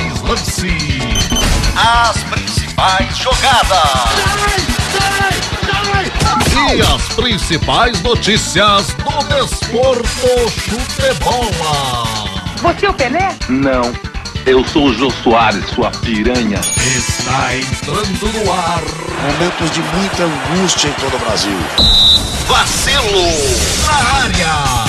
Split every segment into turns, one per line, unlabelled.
Chelsea. As principais jogadas. E as principais notícias do desporto chutebola.
Você é o Pelé?
Não. Eu sou o Jô Soares, sua piranha.
Está Tá entrando no ar.
Momentos de muita angústia em todo o Brasil.
Vacilo na área.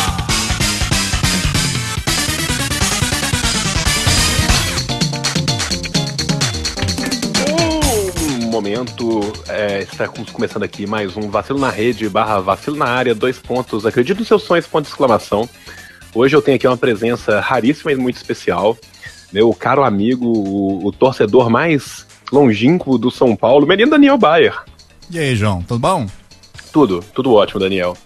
Um momento, é, está começando aqui mais um Vacilo na Rede barra Vacilo na Área, dois pontos, acredito nos seus sonhos, ponto de exclamação. Hoje eu tenho aqui uma presença raríssima e muito especial, meu caro amigo, o, o torcedor mais longínquo do São Paulo, menino Daniel Bayer.
E aí, João, tudo bom?
Tudo, tudo ótimo, Daniel.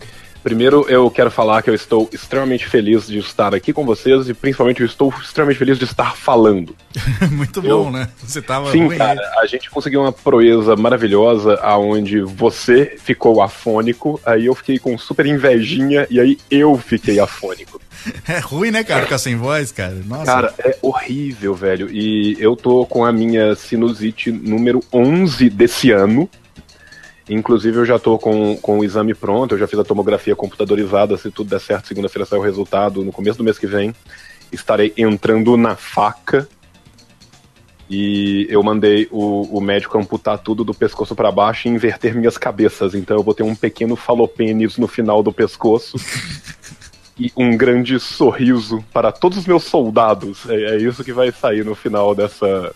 Primeiro, eu quero falar que eu estou extremamente feliz de estar aqui com vocês e principalmente eu estou extremamente feliz de estar falando.
Muito
Eu-
bom, né? Você tava
Sim,
ruim.
cara, a gente conseguiu uma proeza maravilhosa aonde você ficou afônico, aí eu fiquei com super invejinha e aí eu fiquei afônico.
É ruim, né, cara? Ficar sem voz, cara. Nossa.
Cara, é horrível, velho. E eu tô com a minha sinusite número 11 desse ano. Inclusive, eu já tô com, com o exame pronto, eu já fiz a tomografia computadorizada. Se tudo der certo, segunda-feira sai o resultado. No começo do mês que vem, estarei entrando na faca. E eu mandei o, o médico amputar tudo do pescoço pra baixo e inverter minhas cabeças. Então eu vou ter um pequeno falopênis no final do pescoço e um grande sorriso para todos os meus soldados. É, é isso que vai sair no final dessa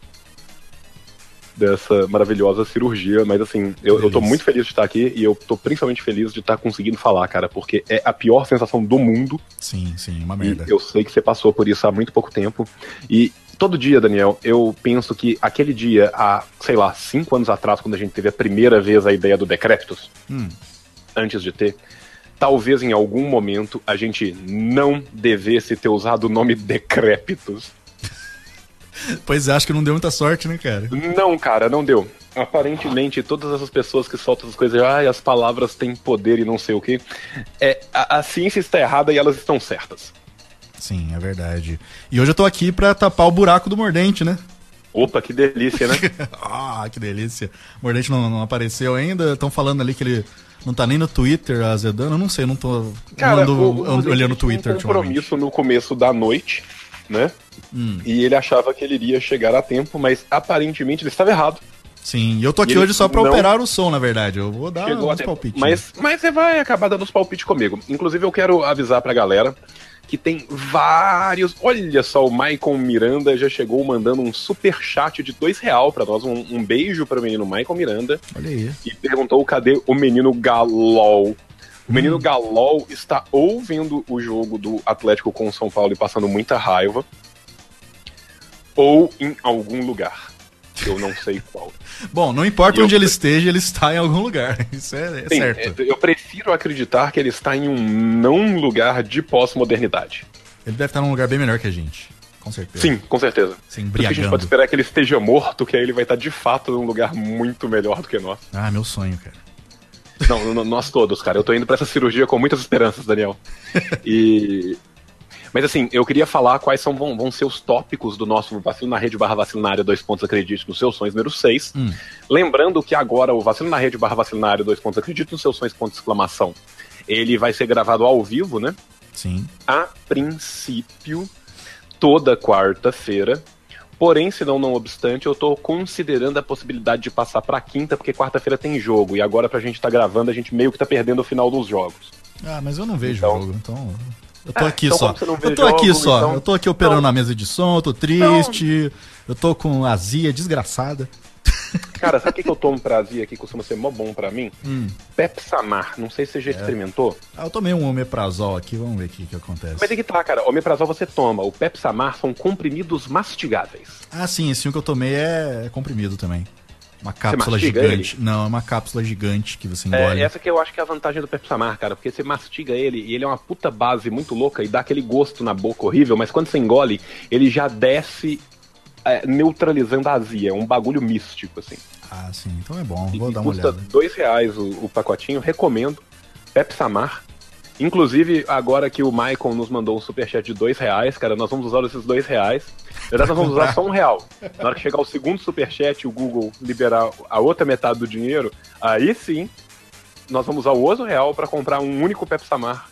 dessa maravilhosa cirurgia, mas assim, eu, eu tô
Delícia.
muito feliz de estar aqui e eu tô principalmente feliz de estar conseguindo falar, cara, porque é a pior sensação do mundo
Sim, sim, uma
e
merda.
eu sei que você passou por isso há muito pouco tempo. E todo dia, Daniel, eu penso que aquele dia, há, sei lá, cinco anos atrás, quando a gente teve a primeira vez a ideia do Decreptus,
Hum.
antes de ter, talvez em algum momento a gente não devesse ter usado o nome Decreptus.
Pois é, acho que não deu muita sorte, né, cara?
Não, cara, não deu. Aparentemente, todas essas pessoas que soltam as coisas, ai, as palavras têm poder e não sei o quê, é, a- a ciência está errada e elas estão certas.
Sim, é verdade. E hoje eu tô aqui pra tapar o buraco do mordente, né?
Opa, que delícia, né?
ah, que delícia. O mordente não, não apareceu ainda. Estão falando ali que ele não tá nem no Twitter azedando. Eu não sei, eu não tô
Cara,
andando-
o- o
and-
Rodrigo
olhando o
tinha
Twitter
um
ultimamente.
compromisso no começo da noite, né?
Hum.
E ele achava que ele iria chegar a tempo, mas aparentemente ele estava errado.
Sim, e eu tô aqui
E ele
hoje só pra
não-
operar o som, na verdade. Eu vou dar
Chegou a
uns
tempo.
Ah, palpites. né?
Mas, mas você vai acabar dando os palpites comigo. Inclusive, eu quero avisar pra galera que tem vários. Olha só, o Maicon Miranda já chegou mandando um super chat de dois real pra nós. Um, um beijo pro menino Maicon Miranda.
Olha aí.
e perguntou cadê o menino Galol. O menino Galol está ouvindo o jogo do Atlético com o São Paulo e passando muita raiva. Ou em algum lugar. Eu não sei qual.
Bom, não importa
E eu-
onde ele esteja, ele está em algum lugar. Isso é, é
Sim,
certo.
é, eu prefiro acreditar que ele está em um não lugar de pós-modernidade.
Ele deve estar num lugar bem melhor que a gente. Com certeza.
é. Sim, com certeza.
Se
O que a gente pode
embriagando.
esperar é que ele esteja morto, que aí ele vai estar de fato num lugar muito melhor do que nós.
Ah, meu sonho, cara.
Não, no- nós todos, cara. Eu tô indo pra essa cirurgia com muitas esperanças, Daniel. E. Mas assim, eu queria falar quais são, vão, vão ser os tópicos do nosso Vacilo na Rede barra Vacilo na Área, dois pontos acredite nos seus sonhos, número 6.
Hum.
Lembrando que agora o Vacilo na Rede barra Vacilo na Área, dois pontos acredite nos seus sonhos, ponto de exclamação. Ele vai ser gravado ao vivo, né?
Sim.
a princípio, toda quarta-feira. Porém, se não, não obstante, eu tô considerando a possibilidade de passar pra quinta, porque quarta-feira tem jogo. E agora, pra gente tá gravando, a gente meio que tá perdendo o final dos jogos.
Ah, mas eu não vejo
Então-
o jogo, então. Eu tô
Ah,
aqui
então
só.
como você não vê
Eu tô aqui
jogo,
só.
então-
Eu tô aqui operando
Então-
na mesa de som, eu tô triste. Eu tô com azia desgraçada.
Cara, sabe o que, que eu tomo pra azia que costuma ser mó bom pra mim? Pepsamar. Não sei se você já experimentou.
Ah, eu tomei um omeprazol aqui, vamos ver o que, que acontece.
Mas é que tá, cara. Omeprazol você toma. O Pepsamar são comprimidos mastigáveis.
Ah, sim, esse um que eu tomei é, é comprimido também. Uma cápsula
mastiga
gigante. Não, é uma cápsula gigante que você
É,
engole.
essa que eu acho que é a vantagem do Pepsamar, cara, porque você mastiga ele e ele é uma puta base muito louca e dá aquele gosto na boca horrível, mas quando você engole, ele já desce é, neutralizando a azia, é um bagulho místico, assim.
Ah, sim, então é bom. Vou
E
dar uma
custa
olhada.
dois reais o, o pacotinho, recomendo. Pepsamar. Inclusive, agora que o Maicon nos mandou um superchat de dois reais, cara, nós vamos usar esses dois reais verdade, nós vamos usar só um real. Na hora que chegar o segundo superchat, o Google liberar a outra metade do dinheiro, aí sim nós vamos usar o outro real para comprar um único Pepsamar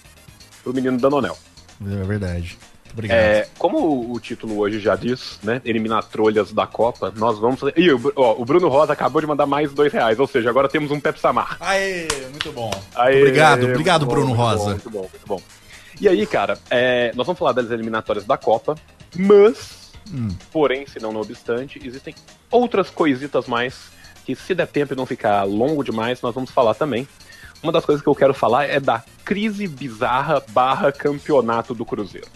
pro menino Danonel.
É verdade. Obrigado.
É, como o- o título hoje já diz, né? Eliminar trolhas da Copa, nós vamos fazer. Ih, o, Bru- ó, o Bruno Rosa acabou de mandar mais dois reais, ou seja, agora temos um Pepsamar.
Aê, muito bom.
Aê,
Obrigado,
muito
obrigado,
bom,
Bruno
muito bom,
Rosa.
muito bom, muito bom. E aí, cara, é, nós vamos falar das eliminatórias da Copa, mas,
Hum.
porém, se não, não obstante, existem outras coisitas mais que, se der tempo e não ficar longo demais, nós vamos falar também. Uma das coisas que eu quero falar é da crise bizarra barra campeonato do Cruzeiro.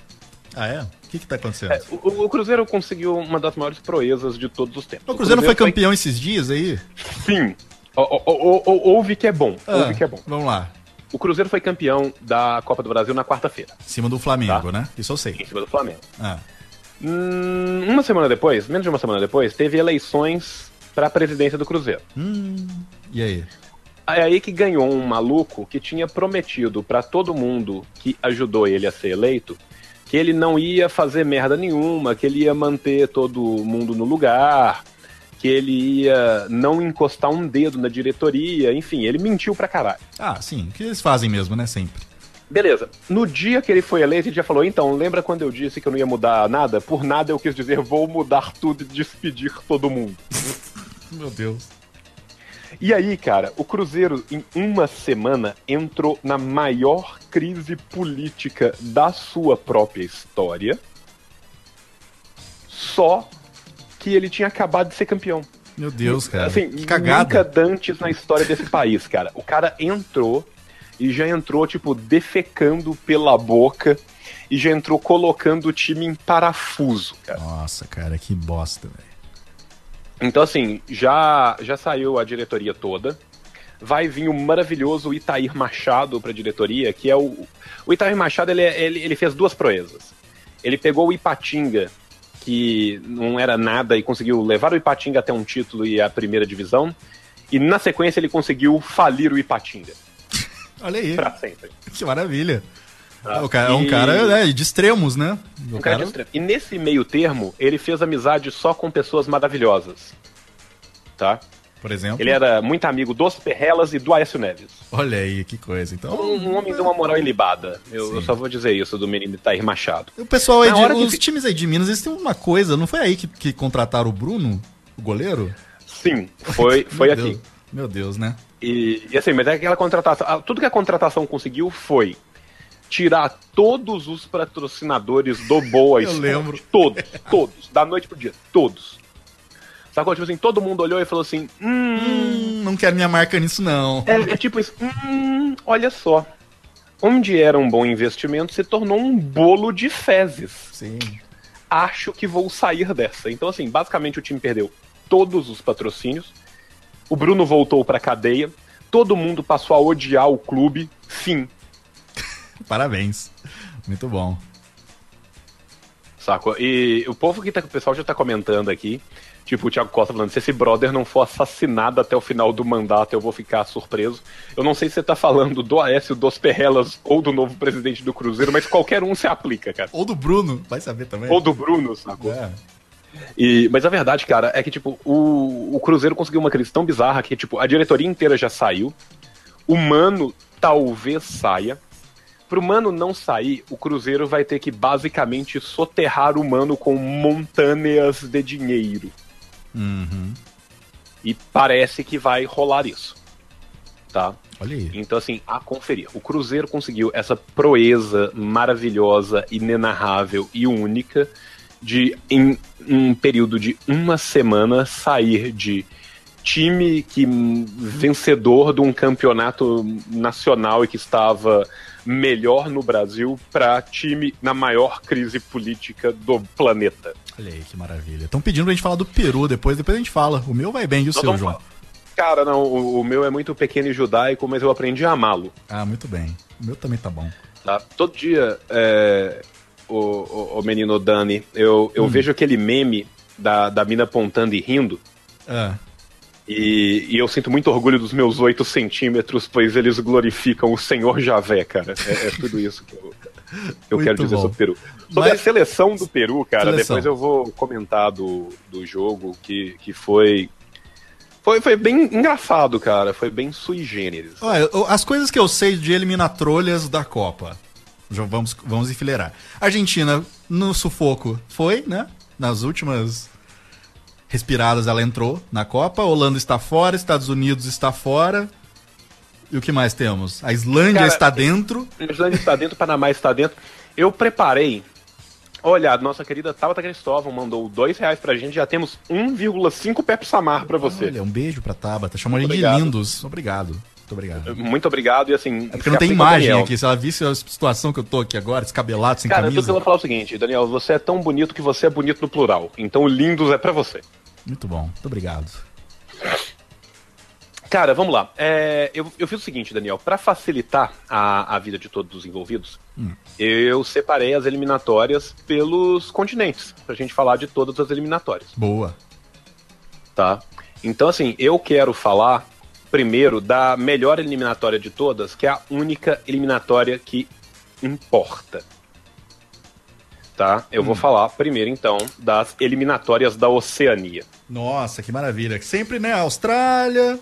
Ah, é? O que que tá acontecendo?
É, o, o Cruzeiro conseguiu uma das maiores proezas de todos os tempos.
o Cruzeiro foi campeão esses dias aí?
Sim. O- o- o- o- Ouve que é bom.
Ah.
Ouve que é bom.
Vamos lá.
O Cruzeiro foi campeão da Copa do Brasil na quarta-feira,
Em cima do Flamengo,
Tá.
né? Isso eu sei.
em cima do Flamengo.
Ah,
Hum, uma semana depois, menos de uma semana depois, teve eleições para a presidência do Cruzeiro.
Hum, e aí?
É aí que ganhou um maluco que tinha prometido pra todo mundo que ajudou ele a ser eleito que ele não ia fazer merda nenhuma, que ele ia manter todo mundo no lugar, que ele ia não encostar um dedo na diretoria, enfim, ele mentiu pra caralho.
Ah, sim. O que eles fazem mesmo, né? Sempre.
Beleza. No dia que ele foi eleito, ele já falou: então, lembra quando eu disse que eu não ia mudar nada? Por nada eu quis dizer vou mudar tudo e despedir todo mundo.
Meu Deus.
E aí, cara, o Cruzeiro, em uma semana, entrou na maior crise política da sua própria história. Só que ele tinha acabado de ser campeão.
Meu Deus, cara.
assim,
que cagada.
nunca dantes na história desse país, cara. O cara entrou e já entrou, tipo, defecando pela boca e já entrou colocando o time em parafuso, cara.
Nossa, cara, que bosta, velho.
Então, assim, já, já saiu a diretoria toda. Vai vir o maravilhoso Itair Machado pra diretoria, que é o. O Itair Machado ele, é- ele, ele fez duas proezas. Ele pegou o Ipatinga, que não era nada, e conseguiu levar o Ipatinga até um título e a primeira divisão. E na sequência ele conseguiu falir o Ipatinga,
Olha aí,
pra sempre.
que maravilha.
Ah,
O cara, É um
e-
cara né, de extremos, né? O
Um cara de extremo. E nesse meio termo, ele fez amizade só com pessoas maravilhosas. Tá?
por exemplo.
Ele era muito amigo dos Perrelas e do Aécio Neves.
Olha aí, que coisa. Então,
um, um homem de uma moral ilibada. Eu,
Sim.
eu só vou dizer isso do menino Itair Machado.
o pessoal aí,
Na
de-
hora que
os
fi-
times aí de Minas, eles têm uma coisa. Não foi aí que, que contrataram o Bruno, o goleiro?
Sim, foi, foi
Meu
aqui.
Deus. Meu Deus, né?
E, e assim, mas é aquela contratação. ah, Tudo que a contratação conseguiu foi tirar todos os patrocinadores do Boa
Eu
Esporte.
lembro.
Todos, todos. Da noite pro dia, todos. Sacou? Tipo assim, todo mundo olhou e falou assim: hum.
Hum, não quero minha marca nisso, não.
É, é tipo isso: hum, olha só. Onde era um bom investimento se tornou um bolo de fezes.
Sim.
acho que vou sair dessa. Então, assim, basicamente o time perdeu todos os patrocínios. O Bruno voltou pra cadeia. Todo mundo passou a odiar o clube. Fim.
Parabéns. Muito bom.
Saco? E o povo que tá. O pessoal já tá comentando aqui. Tipo, o Thiago Costa falando: se esse brother não for assassinado até o final do mandato, eu vou ficar surpreso. Eu não sei se você tá falando do Aécio, dos Perrelas ou do novo presidente do Cruzeiro, mas qualquer um se aplica, cara.
Ou do Bruno, vai saber também.
Ou do Bruno, sacou?
É.
E- mas a verdade, cara, é que, tipo, o, o Cruzeiro conseguiu uma crise tão bizarra que, tipo, a diretoria inteira já saiu. O Mano talvez saia. Pro Mano não sair, o Cruzeiro vai ter que basicamente soterrar o Mano com montanhas de dinheiro.
Uhum.
E parece que vai rolar isso. Tá?
Olha aí.
Então, assim, a conferir. O Cruzeiro conseguiu essa proeza maravilhosa, inenarrável e única de, em um período de uma semana, sair de time que hum, vencedor de um campeonato nacional e que estava melhor no Brasil para time na maior crise política do planeta.
Olha aí, que maravilha. Estão pedindo pra gente falar do Peru depois, depois a gente fala. O meu vai bem, e o seu,
vamos
João?
Cara, não, o, o meu é muito pequeno e judaico, mas eu aprendi a amá-lo.
Ah, muito bem. O meu também tá bom.
tá? Todo dia, é, o, o- o menino Dani, eu,
Hum.
eu vejo aquele meme da, da mina apontando e rindo,
Ah,
e, e eu sinto muito orgulho dos meus 8 centímetros, pois eles glorificam o Senhor Javé, cara. É, é tudo isso que eu, eu
Muito
quero dizer
bom.
sobre o Peru. Sobre
Mas-
a seleção do Peru, cara,
Seleção.
depois eu vou comentar do, do jogo que, que foi, foi. Foi bem engraçado, cara. Foi bem sui generis.
Olha, eu- as coisas que eu sei de eliminatrolhas da Copa. Já vamos, vamos enfileirar. Argentina, no sufoco, foi, né? Nas últimas respiradas ela entrou na Copa. Holanda está fora, Estados Unidos está fora. E o que mais temos? A Islândia
Cara,
está dentro.
A Islândia está dentro, o Panamá está dentro. Eu preparei. Olha, a nossa querida Tabata Cristóvão mandou dois reais pra gente. Já temos 1,5 Pepsamar pra você.
Olha, um beijo pra Tabata. Chamou a gente de
Obrigado.
lindos. Obrigado. Muito obrigado.
Muito obrigado e assim.
É porque não tem imagem aqui. Se ela visse a situação que eu tô aqui agora, descabelado, sem
Cara, eu tô
camisa.
querendo falar o seguinte, Daniel, você é tão bonito que você é bonito no plural. Então lindos é pra você.
Muito bom. Muito obrigado.
Cara, vamos lá. É, eu, eu fiz o seguinte, Daniel, pra facilitar a, a vida de todos os envolvidos,
Hum.
eu separei as eliminatórias pelos continentes, pra gente falar de todas as eliminatórias.
Boa.
tá? Então, assim, eu quero falar primeiro da melhor eliminatória de todas, que é a única eliminatória que importa. Tá? Eu
Hum.
vou falar primeiro, então, das eliminatórias da Oceania.
Nossa, que maravilha. Sempre, né? Austrália.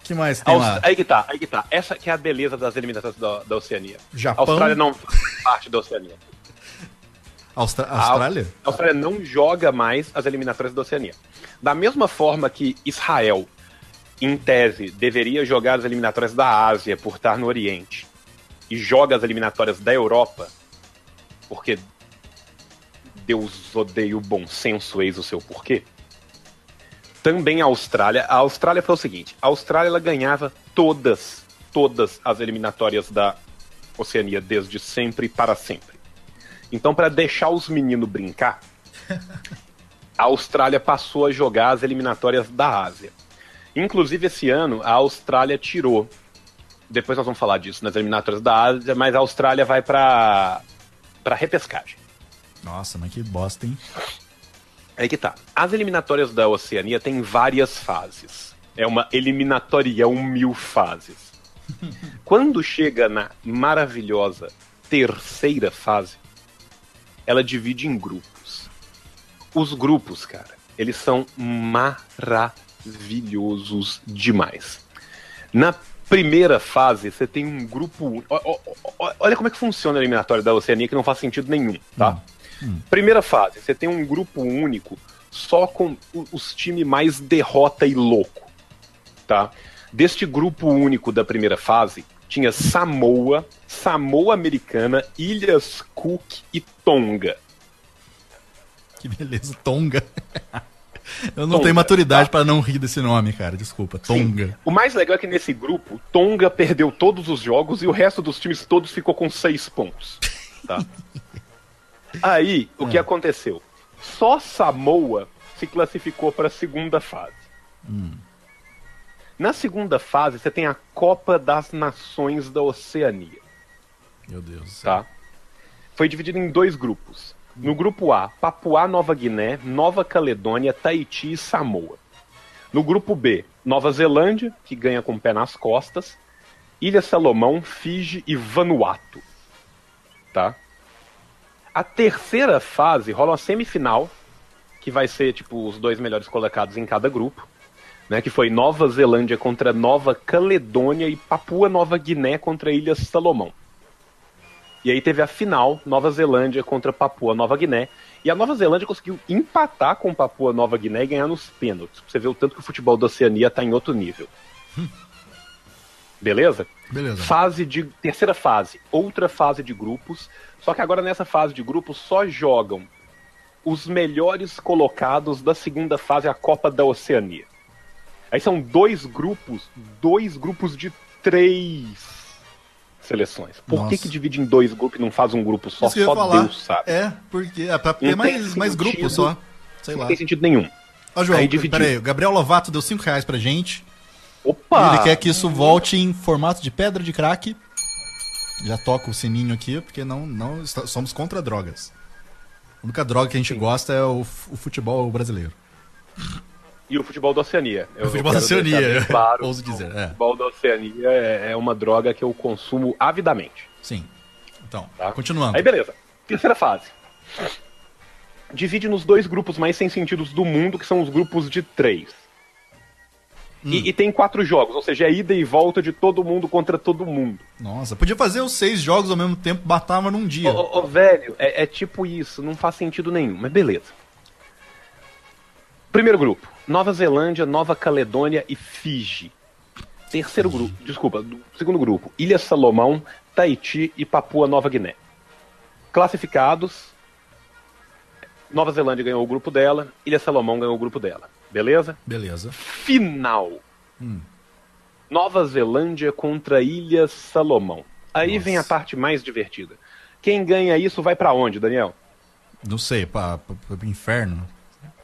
que mais tem
Aus-
lá?
Aí que tá, aí que tá. Essa que é a beleza das eliminatórias da, da Oceania.
Japão?
A Austrália não faz parte da Oceania.
Austra-
A
Austrália?
A Austrália não joga mais as eliminatórias da Oceania. Da mesma forma que Israel, em tese, deveria jogar as eliminatórias da Ásia por estar no Oriente e joga as eliminatórias da Europa, porque Deus odeia o bom senso, eis o seu porquê. Também a Austrália. A Austrália foi o seguinte: a Austrália ela ganhava todas, todas as eliminatórias da Oceania desde sempre e para sempre. Então, para deixar os meninos brincar, a Austrália passou a jogar as eliminatórias da Ásia. Inclusive, esse ano, a Austrália tirou. Depois nós vamos falar disso nas eliminatórias da Ásia, mas a Austrália vai para para repescagem.
Nossa, mas que bosta, hein?
Aí que tá. As eliminatórias da Oceania têm várias fases. É uma eliminatória, um mil fases. Quando chega na maravilhosa terceira fase, ela divide em grupos. Os grupos, cara, eles são maravilhosos demais. Na primeira fase, você tem um grupo. único. Ó- ó- ó- ó- Olha como é que funciona a eliminatória da Oceania, que não faz sentido nenhum, tá? Primeira fase, você tem um grupo único só com o- os times mais derrota e louco, tá? Deste grupo único da primeira fase, tinha Samoa, Samoa Americana, Ilhas Cook e Tonga.
Que beleza. Tonga. Eu não
Tonga,
tenho maturidade pra não rir desse nome, cara. Desculpa. Tonga.
O mais legal é que nesse grupo, Tonga perdeu todos os jogos e o resto dos times todos ficou com seis pontos. tá? Aí, o que aconteceu? Só Samoa se classificou para a segunda fase. Na segunda fase, você tem a Copa das Nações da Oceania
Meu Deus.
tá? Foi dividido em dois grupos. No grupo A, Papuá Nova Guiné, Nova Caledônia, Tahiti e Samoa. No grupo B, Nova Zelândia, que ganha com o pé nas costas, Ilha Salomão, Fiji e Vanuatu. Tá? A terceira fase rola uma semifinal, que vai ser tipo os dois melhores colocados em cada grupo, né, que foi Nova Zelândia contra Nova Caledônia e Papua Nova Guiné contra Ilha Salomão. E aí teve a final, Nova Zelândia contra Papua Nova Guiné. E a Nova Zelândia conseguiu empatar com Papua Nova Guiné e ganhar nos pênaltis. Pra Você vê o tanto que o futebol da Oceania tá em outro nível. Beleza?
Beleza.
Fase de. Terceira fase, outra fase de grupos. Só que agora nessa fase de grupos só jogam os melhores colocados da segunda fase, a Copa da Oceania. Aí são dois grupos, dois grupos de três seleções. Por
Nossa.
que, que divide em dois grupos e não faz um grupo só?
Isso que eu ia
Só
falar.
Deus sabe.
É, porque é pra ter
Não tem
mais, mais
sentido.
grupo só. Sei
não
lá.
tem sentido nenhum.
Ó, João,
Aí dividiu.
peraí. O Gabriel Lovato deu 5 reais pra gente.
Opa!
Ele quer que isso volte em formato de pedra de crack. Já toca o sininho aqui, porque não, não está- somos contra drogas. A única droga que a gente gosta é o, fu- o futebol brasileiro.
E o futebol da Oceania. Eu-
O futebol
eu
da
quero deixar
Oceania,
bem Claro,
ouso dizer, é.
O futebol da Oceania é é uma droga que eu consumo avidamente.
Sim. Então,
Tá?
continuando.
Aí beleza. Terceira fase. Divide nos dois grupos mais sem sentidos do mundo, que são os grupos de três. E, e tem quatro jogos, ou seja, é ida e volta de todo mundo contra todo mundo.
Nossa, podia fazer os seis jogos ao mesmo tempo, batava num
Ô,
dia.
ô, ô, velho, é, é tipo isso, não faz sentido nenhum, mas beleza. Primeiro grupo: Nova Zelândia, Nova Caledônia e Fiji. Terceiro grupo, desculpa, do- segundo grupo: Ilha Salomão, Tahiti e Papua Nova Guiné. Classificados: Nova Zelândia ganhou o grupo dela, Ilha Salomão ganhou o grupo dela. Beleza?
Beleza.
final.
Hum.
Nova Zelândia contra Ilha Salomão. Aí
Nossa.
vem a parte mais divertida. Quem ganha isso vai pra onde, Daniel?
Não sei, pra, pra, pro inferno.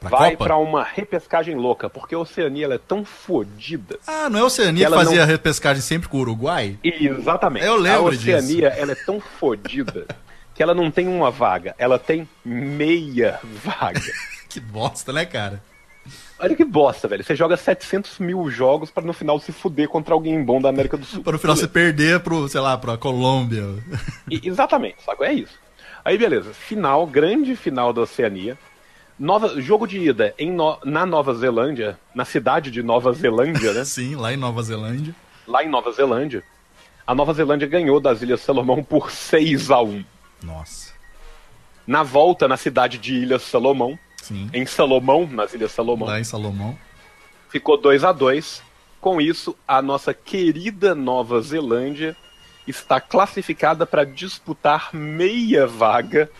Pra
vai
Copa?
pra um- uma repescagem louca, porque a Oceania ela é tão fodida.
Ah, não é a Oceania que
Ela
fazia
não-
repescagem sempre com o Uruguai?
Exatamente.
Eu lembro
a Oceania ela é tão fodida que ela não tem uma vaga, ela tem meia vaga.
Que bosta, né, cara?
Olha que bosta, velho. Você joga 700 mil jogos pra no final se fuder contra alguém bom da América do Sul.
Pra no final você perder pro, sei lá, pra Colômbia.
E- exatamente, saco? É isso. Aí, beleza. Final, grande final da Oceania. Nova, jogo de ida em No- na Nova Zelândia, na cidade de Nova Zelândia, né?
Sim, Assim, lá em Nova Zelândia.
Lá em Nova Zelândia. A Nova Zelândia ganhou das Ilhas Salomão por 6 a 1
Nossa.
Na volta, na cidade de Ilhas Salomão,
Sim.
em Salomão, nas Ilhas Salomão,
Lá em Salomão.
ficou 2 a 2 Com isso, a nossa querida Nova Zelândia está classificada para disputar meia vaga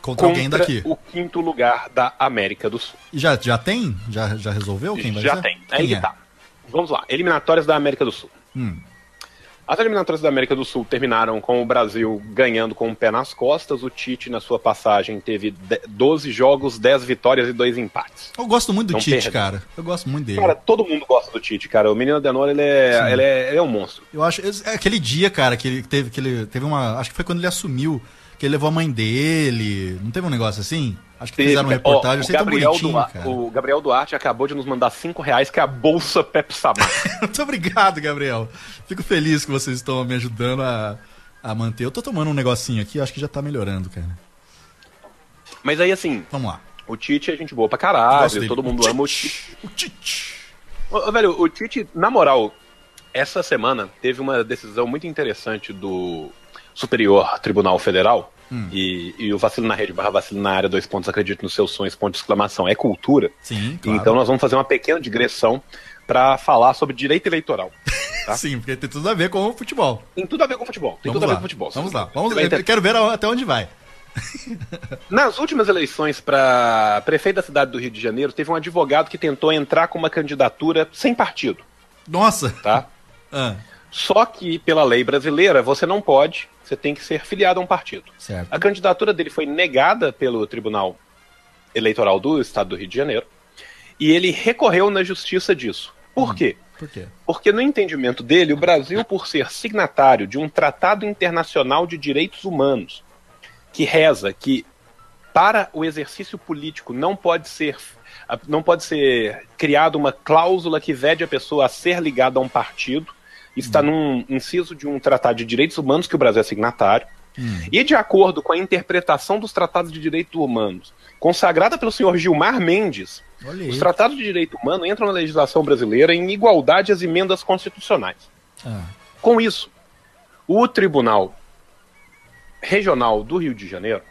Contra,
contra
alguém daqui.
o quinto lugar da América do Sul.
E Já, já tem? Já, já resolveu quem vai
Já
ser?
tem.
Quem
Aí que
é?
tá. Vamos lá. Eliminatórias da América do Sul.
Hum.
As eliminatórias da América do Sul terminaram com o Brasil ganhando com o pé nas costas. O Tite, na sua passagem, teve de- 12 jogos, 10 vitórias e 2 empates.
Eu gosto muito do
Não
Tite,
perde.
cara. Eu gosto muito dele.
Cara, todo mundo gosta do Tite, cara. O menino Adenor, ele
Sim.
é, ele é, ele é um monstro.
Eu acho. é Aquele dia, cara, que ele teve, que ele teve uma. Acho que foi quando ele assumiu. Que ele levou a mãe dele. Não teve um negócio assim? Acho que fizeram uma
Teve- ó,
reportagem. eu
o,
sei tão
Gabriel
bonitinho,
Duar-
cara.
o Gabriel Duarte acabou de nos mandar 5 reais, que é a Bolsa Pepsamar.
Muito obrigado, Gabriel. Fico feliz que vocês estão me ajudando a, a manter. Eu tô tomando um negocinho aqui, acho que já tá melhorando, cara.
Mas aí, assim,
Vamos lá.
o Tite é gente boa pra
Gosto
caralho,
dele.
todo mundo ama o Tite.
O Tite.
Ô, ô, velho, o Tite, na moral, essa semana teve uma decisão muito interessante do Superior Tribunal Federal.
Hum.
E, e o vacilo na rede barra vacilo na área, dois pontos, acredito nos seus sonhos, ponto de exclamação, é cultura.
Sim, claro.
Então nós vamos fazer uma pequena digressão pra falar sobre direito eleitoral. tá?
Sim, porque tem tudo a ver com o futebol.
Tem tudo a ver com futebol. Tem
Vamos lá.
tudo a ver com futebol.
Vamos
Você
lá. Vamos,
vai
eu
entender.
quero ver a- até onde vai.
Nas últimas eleições para prefeito da cidade do Rio de Janeiro, teve um advogado que tentou entrar com uma candidatura sem partido,
Nossa.
tá?
Ah,
Só que, pela lei brasileira, você não pode, você tem que ser filiado a um partido.
certo.
A candidatura dele foi negada pelo Tribunal Eleitoral do Estado do Rio de Janeiro e ele recorreu na justiça disso. Por quê?
Por quê?
Porque, no entendimento dele, o Brasil, por ser signatário de um Tratado Internacional de Direitos Humanos, que reza que para o exercício político não pode ser a- não pode ser criada uma cláusula que vede a pessoa a ser ligada a um partido. Está num inciso de um tratado de direitos humanos que o Brasil é signatário. E de acordo com a interpretação dos tratados de direitos humanos, consagrada pelo senhor Gilmar Mendes,
Olha
os
aí.
tratados de direito humano entram na legislação brasileira em igualdade às emendas constitucionais.
Ah,
Com isso, o Tribunal Regional do Rio de Janeiro,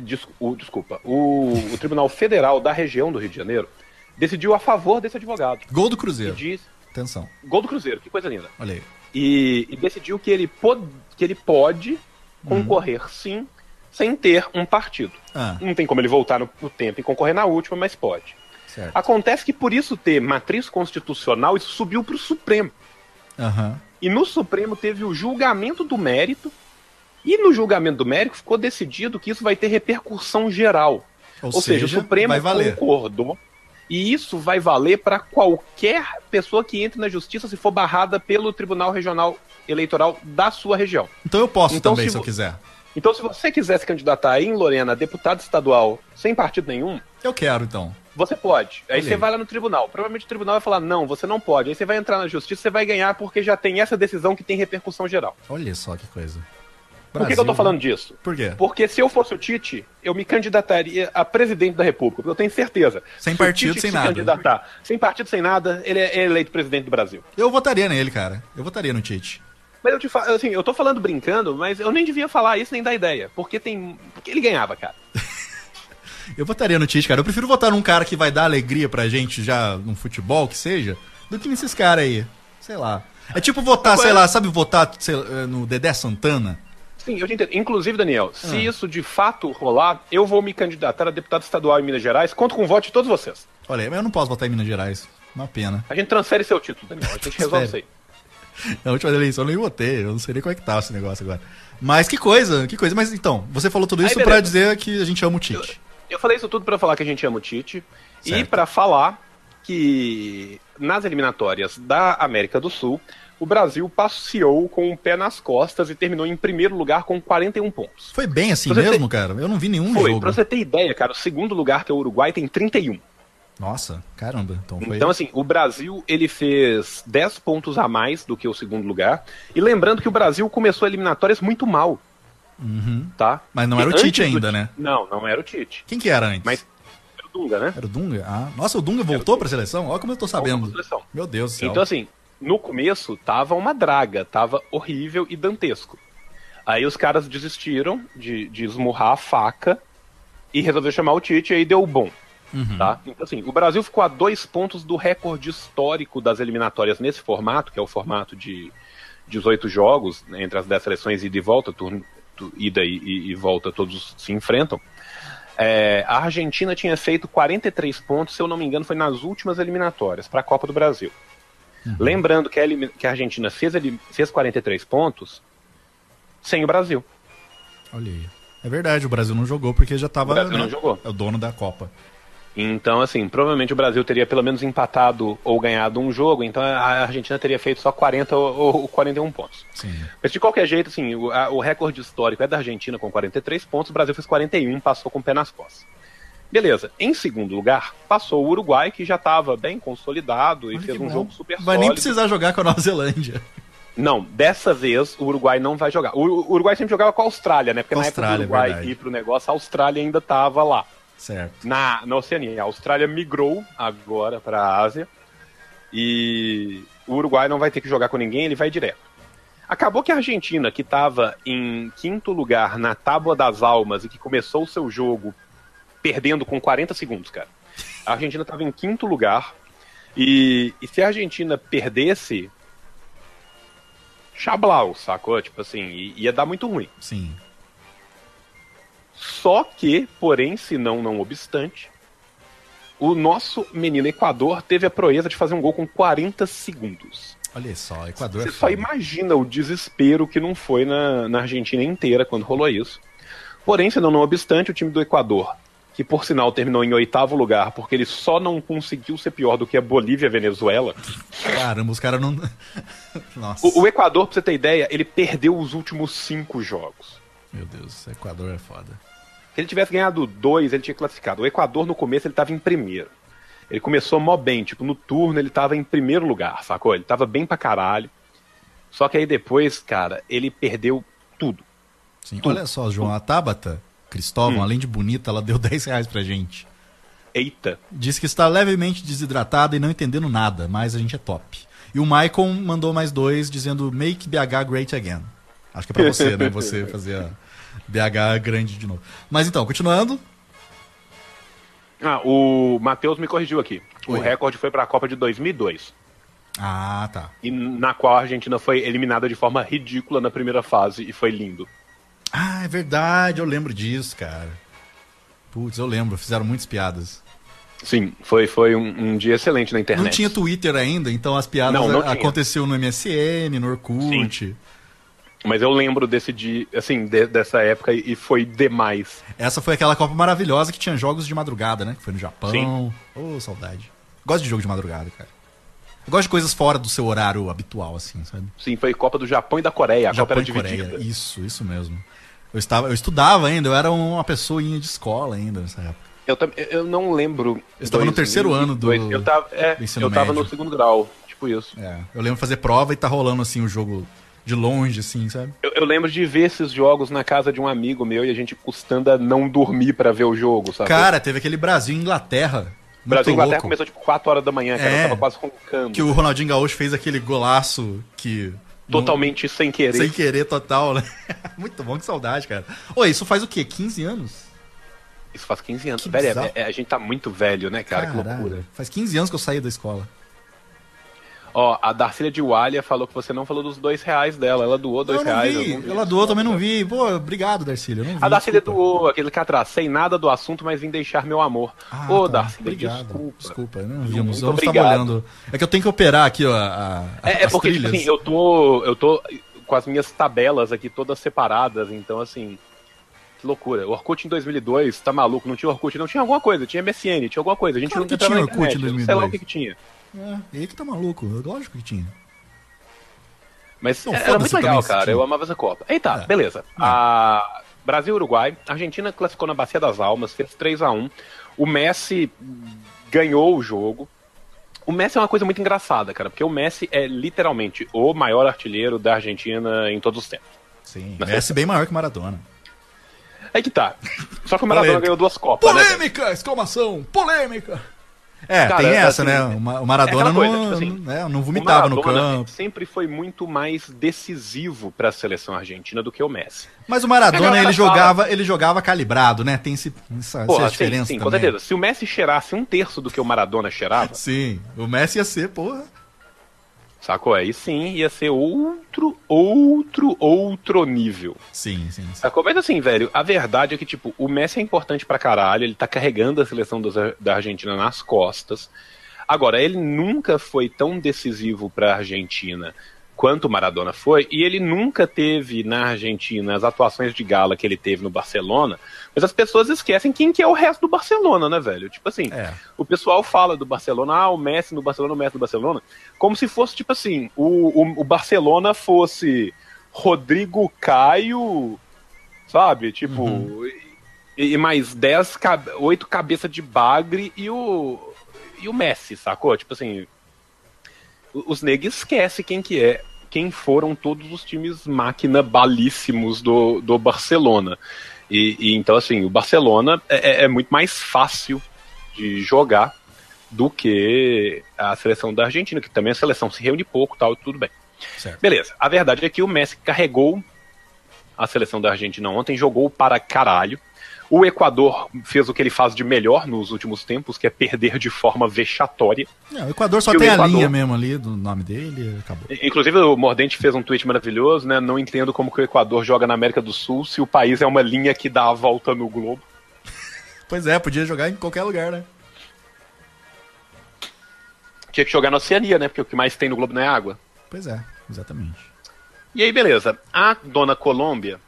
des- o- desculpa, o, o Tribunal Federal da região do Rio de Janeiro, decidiu a favor desse advogado.
Gol do
E
Cruzeiro.
diz,
Atenção.
gol do Cruzeiro, que coisa linda.
Olha aí.
E, e decidiu que ele, pod- que ele pode concorrer sim, sem ter um partido.
Uhum. Ah,
Não tem como ele voltar no- no tempo e concorrer na última, mas pode.
certo.
Acontece que por isso ter matriz constitucional, isso subiu para o Supremo.
Aham.
E no Supremo teve o julgamento do mérito, e no julgamento do mérito ficou decidido que isso vai ter repercussão geral.
Ou,
Ou, seja, o Supremo
vai valer.
concordou. E isso vai valer para qualquer pessoa que entre na justiça se for barrada pelo Tribunal Regional Eleitoral da sua região.
Então eu posso
Então,
também,
se
se, eu
vo-
quiser.
Então, se você quiser se candidatar em Lorena a deputado estadual sem partido nenhum,
Eu quero, então.
Você pode. Aí
Olha
você
aí.
vai lá no tribunal. Provavelmente o tribunal vai falar, não, você não pode. Aí você vai entrar na justiça, você vai ganhar porque já tem essa decisão que tem repercussão geral.
Olha só que coisa.
Por que, que eu
né?
tô falando disso?
Por quê?
Porque se eu fosse o Tite, eu me candidataria a presidente da República. Eu tenho certeza.
Sem
Se o
partido,
Tite
sem
se
nada.
Candidatar, sem partido, sem nada, ele é eleito presidente do Brasil.
Eu votaria nele, cara. Eu votaria no Tite.
Mas eu te falo, assim, eu tô falando brincando, mas eu nem devia falar isso nem dar ideia. Porque tem. Porque ele ganhava, cara.
Eu votaria no Tite, cara. Eu prefiro votar num cara que vai dar alegria pra gente já num futebol, que seja, do que nesses caras aí. Sei lá. É tipo votar, sei lá, sabe votar sei lá, eh, no Dedé Santana?
Sim, eu te entendo. Inclusive, Daniel, se
Ah.
isso de fato rolar, eu vou me candidatar a deputado estadual em Minas Gerais. Conto com o voto de todos vocês.
Olha, eu não posso votar em Minas Gerais. Uma pena.
A gente transfere seu título, Daniel. A gente resolve isso aí.
Na É última eleição eu nem votei, eu não sei nem como é que tá esse negócio agora. Mas que coisa, que coisa. Mas então, você falou tudo
Aí,
isso pra
beleza.
dizer que a gente ama o Tite.
Eu falei isso tudo pra falar que a gente ama o Tite e
Certo.
pra falar que nas eliminatórias da América do Sul, o Brasil passeou com o pé nas costas e terminou em primeiro lugar com 41 pontos.
Foi bem assim
Pra você
mesmo, cara? Eu não vi nenhum
Foi,
jogo.
pra você ter ideia, cara, o segundo lugar, que é o Uruguai, tem 31.
Nossa, caramba. Então foi.
Então, assim, o Brasil ele fez 10 pontos a mais do que o segundo lugar. E lembrando que o Brasil começou eliminatórias muito mal,
Uhum.
tá?
Mas não era o
Antes
Tite
do
ainda, né?
Não, não era o Tite.
Quem que era antes?
Mas era o Dunga, né?
Era o Dunga? Ah, nossa, o Dunga voltou pra seleção? Olha como eu tô sabendo.
Voltou pra seleção.
Meu Deus do céu.
Então, assim, no começo tava uma draga, tava horrível e dantesco. Aí os caras desistiram de, de esmurrar a faca e resolveu chamar o Tite e aí deu bom. Tá? Então, assim, o Brasil ficou a dois pontos do recorde histórico das eliminatórias nesse formato, que é o formato de 18 jogos, né, entre as 10 seleções ida e volta, turno, tu- ida e, e- e volta, todos se enfrentam. É, a Argentina tinha feito 43 pontos, se eu não me engano, foi nas últimas eliminatórias para a Copa do Brasil. Lembrando que a, elimi- que a Argentina fez, elim- fez 43 pontos sem o Brasil.
Olha aí. É verdade, o Brasil não jogou porque já tava.
assim, O Brasil
né,
não jogou.
É o dono da Copa.
Então, assim, provavelmente o Brasil teria pelo menos empatado ou ganhado um jogo, então a Argentina teria feito só 40 ou, ou 41 pontos.
Sim.
Mas de qualquer jeito, assim, o, a- o recorde histórico é da Argentina com 43 pontos, o Brasil fez 41, passou com o pé nas costas. Beleza, em segundo lugar, passou o Uruguai, que já estava bem consolidado e
Olha
fez
que
um
bom.
jogo super
Vai nem
sólido.
precisar jogar com a Nova Zelândia.
Não, dessa vez o Uruguai não vai jogar. O Ur- o Uruguai sempre jogava com a Austrália, né? Porque
Austrália,
na época do Uruguai
verdade.
ir pro negócio, a Austrália ainda estava lá
Certo.
na, na Oceania. A Austrália migrou agora para a Ásia e o Uruguai não vai ter que jogar com ninguém, ele vai direto. Acabou que a Argentina, que estava em quinto lugar na Tábua das Almas e que começou o seu jogo perdendo com 40 segundos, cara. A Argentina estava em quinto lugar e, e se a Argentina perdesse, chablau, sacou? Tipo assim, i- ia dar muito ruim.
Sim.
Só que, porém, se não, não obstante, o nosso menino Equador teve a proeza de fazer um gol com 40 segundos.
Olha só, Equador
Você
é
só
foda.
imagina o desespero que não foi na, na Argentina inteira quando rolou isso. Porém, se não, não obstante, o time do Equador, que por sinal terminou em oitavo lugar, porque ele só não conseguiu ser pior do que a Bolívia e a Venezuela.
Caramba, os caras não. Nossa.
O, o Equador, pra você ter ideia, ele perdeu os últimos cinco jogos.
Meu Deus, Equador é foda.
Se ele tivesse ganhado dois, ele tinha classificado. O Equador, no começo, ele tava em primeiro. Ele começou mó bem, tipo, no turno ele tava em primeiro lugar, sacou? Ele tava bem pra caralho. Só que aí depois, cara, ele perdeu tudo.
Sim. Olha só, João, a Tabata,
Hum.
Cristóvão, além de bonita, ela deu 10 reais pra gente.
Eita.
Diz que está levemente desidratada e não entendendo nada, mas a gente é top. E o Maicon mandou mais dois, dizendo Make BH Great Again. Acho que é pra você, né? Você fazer a BH grande de novo. Mas então, continuando.
Ah, o Matheus me corrigiu aqui. O
Oi.
recorde foi pra Copa de 2002.
Ah, tá.
E na qual a Argentina foi eliminada de forma ridícula na primeira fase e foi lindo.
Ah, é verdade, eu lembro disso, cara. Putz, eu lembro, fizeram muitas piadas.
Sim, foi, foi um, um dia excelente na internet.
Não tinha Twitter ainda, então as piadas
Não, não
a-
tinha.
aconteciam no MSN, no Orkut.
Mas eu lembro desse dia, assim, de- dessa época e e foi demais.
Essa foi aquela Copa maravilhosa que tinha jogos de madrugada, né? Que foi no Japão. Ô, saudade. Gosto de jogo de madrugada, cara. Eu gosto de coisas fora do seu horário habitual, assim, sabe?
Sim, foi Copa do Japão e da Coreia. A Copa era dividida.
Isso, isso mesmo. Eu, estava, eu estudava ainda, eu era uma pessoinha de escola ainda nessa época.
Eu, tam- eu não lembro.
Eu estava no terceiro ano do-
Eu tava, é,
do ensino
eu tava
médio.
no segundo grau, tipo isso.
É, eu lembro fazer prova e tá rolando assim o jogo de longe, assim, sabe?
Eu, eu lembro de ver esses jogos na casa de um amigo meu e a gente custando a não dormir pra ver o jogo, sabe?
Cara, teve aquele Brasil e Inglaterra.
o Brasil e
muito
Inglaterra
louco,
começou tipo 4 horas da manhã, cara.
É.
Eu tava quase roncando.
Que o Ronaldinho Gaúcho fez aquele golaço que.
Totalmente sem querer.
Sem querer total, né? Muito bom, que saudade, cara. Ô, isso faz o quê? 15 anos?
Isso faz 15 anos.
Que
Velho, é-
bizarro.
é- a gente tá muito velho, né, cara? Que
Caralho,
loucura.
Faz 15 anos que eu saí da escola.
Ó, a Darcília de Walha falou que você não falou dos dois reais dela. Ela doou dois
eu não
reais. assim.
vi.
eu não vi.
Ela doou, também não vi. Pô, obrigado, Darcília. eu não vi,
A Darcília
desculpa.
doou, aquele que atrás, sem nada do assunto, mas vim deixar meu amor.
Ah,
Ô,
tá.
Darcília,
Obrigado.
desculpa.
Desculpa, não vimos.
Muito
Eu não estava
obrigado.
olhando. É que eu tenho que operar aqui, ó. a- a-
É, é
as
porque, tipo
trilhas.
assim, eu tô, eu tô com as minhas tabelas aqui todas separadas, então, assim, que loucura. O Orkut em 2002, tá maluco, não tinha Orkut, não tinha alguma coisa, tinha MSN, tinha alguma coisa. A gente
Claro
não
que
entrava
tinha
na
Orkut em
internet, eu não Sei lá
2002.
o que, que tinha.
É, ele que tá maluco. Lógico que tinha.
Mas
Não,
era
foda-se
muito legal,
também se
cara,
tinha.
eu amava essa Copa. Eita,
É.
beleza. A Brasil e Uruguai, a Argentina classificou na Bacia das Almas, fez 3 a 1 O Messi ganhou o jogo. O Messi é uma coisa muito engraçada, cara, porque o Messi é literalmente o maior artilheiro da Argentina em todos os tempos.
Sim.
é-
Messi bem maior que Maradona.
Aí que tá. Só que o Maradona
Polêmica.
ganhou duas Copas, né? velho?
Polêmica! Exclamação! Polêmica! É,
Cara,
tem essa,
assim,
né? O Ma- o
é
Maradona
aquela coisa,
não,
tipo assim,
né, não vomitava
o
no
Maradona né?
campo.
sempre foi muito mais decisivo pra seleção argentina do que o Messi.
Mas o
A
Maradona,
galera
ele
fala-
jogava, ele jogava calibrado, né? Tem esse, essa,
Pô,
essa
sim,
diferença
sim, com
também.
certeza. Se o Messi cheirasse um terço do que o Maradona cheirava,
Sim, o Messi ia ser, porra.
Sacou? Aí sim ia ser outro, outro, outro nível.
Sim, sim. sim.
Sacou? Mas assim, velho, a verdade é que, tipo, o Messi é importante pra caralho, ele tá carregando a seleção dos- da Argentina nas costas. Agora, ele nunca foi tão decisivo pra Argentina quanto o Maradona foi, e ele nunca teve na Argentina as atuações de gala que ele teve no Barcelona, mas as pessoas esquecem quem que é o resto do Barcelona, né, velho? Tipo assim,
É.
o pessoal fala do Barcelona, ah, o Messi no Barcelona, o Messi no Barcelona, como se fosse, tipo assim, o, o, o Barcelona fosse Rodrigo Caio, sabe? Tipo, e, e mais 10, 8 cabeças de bagre e o, e o Messi, sacou? Tipo assim, o- os negros esquecem quem que é, quem foram todos os times máquina balíssimos do, do Barcelona. E, e então, assim, o Barcelona é, é- é muito mais fácil de jogar do que a seleção da Argentina, que também a seleção se reúne pouco tal, e tudo bem.
Certo.
Beleza, a verdade é que o Messi carregou a seleção da Argentina ontem, jogou para caralho. O Equador fez o que ele faz de melhor nos últimos tempos, que é perder de forma vexatória.
Não, o Equador só
E o
tem a
Equador?
linha mesmo ali do nome dele, acabou.
Inclusive, o Mordente fez um tweet maravilhoso, né? Não entendo como que o Equador joga na América do Sul se o país é uma linha que dá a volta no globo.
Pois é, podia jogar em qualquer lugar, né?
Tinha que jogar na Oceania, né? Porque o que mais tem no globo não é água.
Pois é, exatamente.
E aí, beleza. A dona Colômbia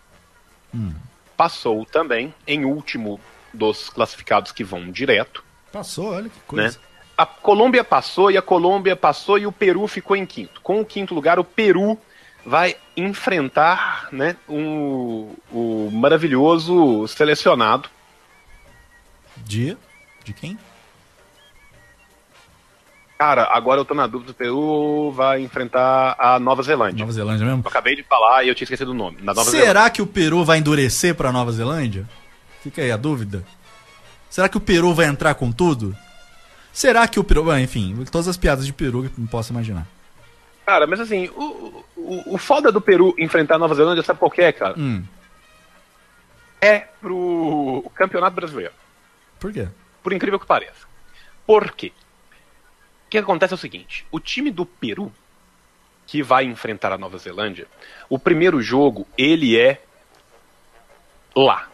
passou também em último dos classificados que vão direto,
Passou, olha que
né?
coisa.
A Colômbia passou e a Colômbia passou e o Peru ficou em quinto. Com o quinto lugar, o Peru vai enfrentar, né, um, o maravilhoso selecionado
De. De quem?
Cara, agora eu tô na dúvida. O Peru vai enfrentar a Nova Zelândia.
Nova Zelândia mesmo?
Eu acabei de falar e eu tinha esquecido o nome. Na Nova Zelândia.
Será que o Peru vai endurecer pra Nova Zelândia? Fica aí a dúvida. Será que o Peru vai entrar com tudo? Será que o Peru. Ah, enfim, todas as piadas de Peru que eu posso imaginar.
Cara, mas assim, o, o, o foda do Peru enfrentar a Nova Zelândia, sabe qual que é, cara?
Hum,
É pro Campeonato Brasileiro.
por quê?
Por incrível que pareça. Por quê? O que acontece é o seguinte: o time do Peru, que vai enfrentar a Nova Zelândia, o primeiro jogo, ele é lá.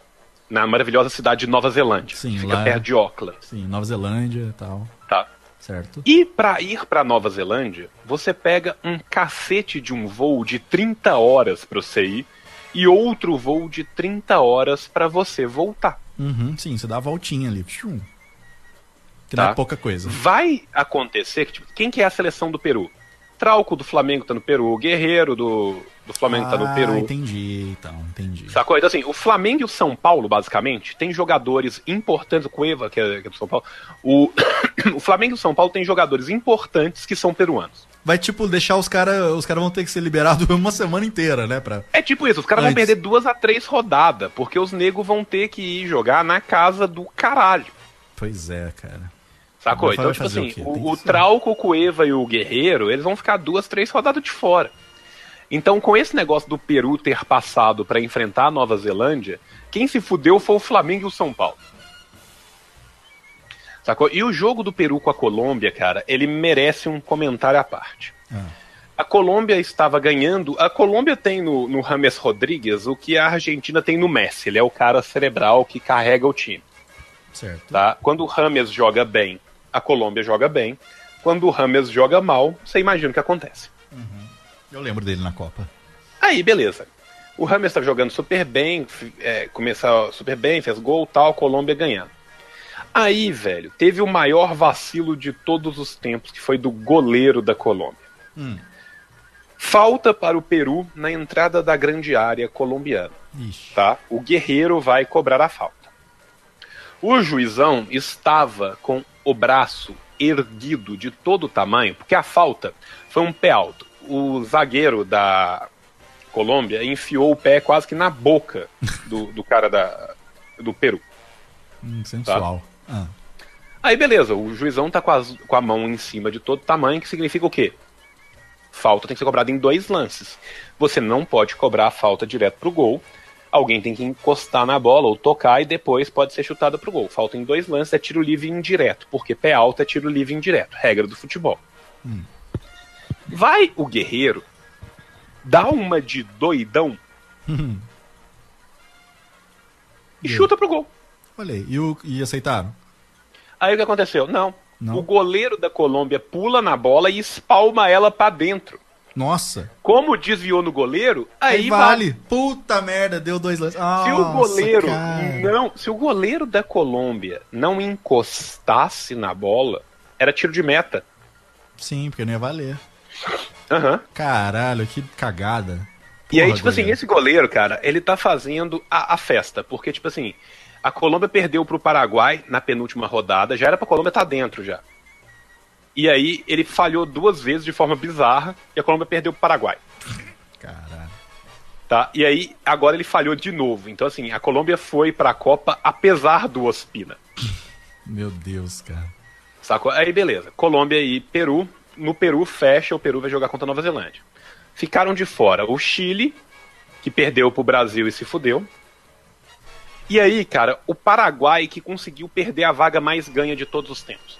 Na maravilhosa cidade de Nova Zelândia.
Sim,
que fica
lá. é.
perto de Auckland,
Sim, Nova Zelândia e tal,
tá?
certo?
E pra ir pra Nova Zelândia, você pega um cacete de um voo de 30 horas pra você ir e outro voo de 30 horas pra você voltar.
Uhum, sim, você dá a voltinha ali. Tchum. Que
Tá.
não é pouca coisa.
Vai acontecer que, tipo, quem que é a seleção do Peru? Trauco do Flamengo tá no Peru, Guerreiro do, do Flamengo tá no Peru.
Ah, entendi, então, entendi.
Sacou? Então, assim, o Flamengo e o São Paulo, basicamente, tem jogadores importantes. O Cueva, que é, que é do São Paulo. O, o Flamengo e o São Paulo tem jogadores importantes que são peruanos.
Vai, tipo, deixar os caras. Os caras vão ter que ser liberados uma semana inteira, né? Pra...
É tipo isso, os caras vão
Antes.
perder duas a três rodadas, porque os negros vão ter que ir jogar na casa do caralho.
Pois é, cara.
Sacou?
Vai
Então,
fazer
tipo assim,
o quê? Tem
o,
que
o
ser.
Trauco, o Cueva e o Guerreiro, eles vão ficar duas, três rodadas de fora. Então, com esse negócio do Peru ter passado pra enfrentar a Nova Zelândia, quem se fudeu foi o Flamengo e o São Paulo. Sacou? E o jogo do Peru com a Colômbia, cara, ele merece um comentário à parte.
Ah.
A Colômbia estava ganhando. A Colômbia tem no, no James Rodrigues o que a Argentina tem no Messi. Ele é o cara cerebral que carrega o time
Certo.
tá? Quando o Rames joga bem, a Colômbia joga bem. Quando o Rames joga mal, você imagina o que acontece.
Eu lembro dele na Copa.
Aí, beleza. O Rames tá jogando super bem, f- é, começou super bem, fez gol tal, a Colômbia ganhando. Aí, velho, teve o maior vacilo de todos os tempos, que foi do goleiro da Colômbia.
Hum.
Falta para o Peru na entrada da grande área colombiana
Ixi.
tá? O guerreiro vai cobrar a falta. O juizão estava com o braço erguido de todo o tamanho, porque a falta foi um pé alto. O zagueiro da Colômbia enfiou o pé quase que na boca do, do cara da, do Peru.
Hum,
Tá.
sensual. Ah,
Aí beleza, o juizão tá com, as- com a mão em cima de todo tamanho, que significa o quê? Falta tem que ser cobrada em dois lances. Você não pode cobrar a falta direto pro gol. Alguém tem que encostar na bola ou tocar e depois pode ser chutada pro gol. Falta em dois lances, é tiro livre indireto, porque pé alto é tiro livre indireto, regra do futebol. Vai o guerreiro dá uma de doidão e chuta pro gol.
Olha aí. E, o- e aceitaram?
Aí o que aconteceu? Não.
Não?
O goleiro da Colômbia pula na bola e espalma ela pra dentro.
Nossa.
Como desviou no goleiro, aí,
Aí
vale.
vale. Puta merda, deu dois lances.
Se o
Nossa,
goleiro
cara.
não, se o goleiro da Colômbia não encostasse na bola, era tiro de meta.
Sim, porque não ia valer.
Aham.
Caralho, que cagada.
E aí,
Porra,
tipo assim,
goleiro.
esse goleiro, cara, ele tá fazendo a, a festa. Porque, tipo assim, a Colômbia perdeu pro Paraguai na penúltima rodada, já era pra Colômbia tá dentro já. E aí, ele falhou duas vezes de forma bizarra e a Colômbia perdeu pro Paraguai.
Caralho.
Tá? E aí, agora ele falhou de novo. Então, assim, a Colômbia foi pra Copa apesar do Ospina.
Meu Deus, cara.
Sacou? Aí, beleza. Colômbia e Peru. No Peru, fecha. O Peru vai jogar contra a Nova Zelândia. Ficaram de fora o Chile, que perdeu pro Brasil e se fudeu. E aí, cara, o Paraguai que conseguiu perder a vaga mais ganha de todos os tempos.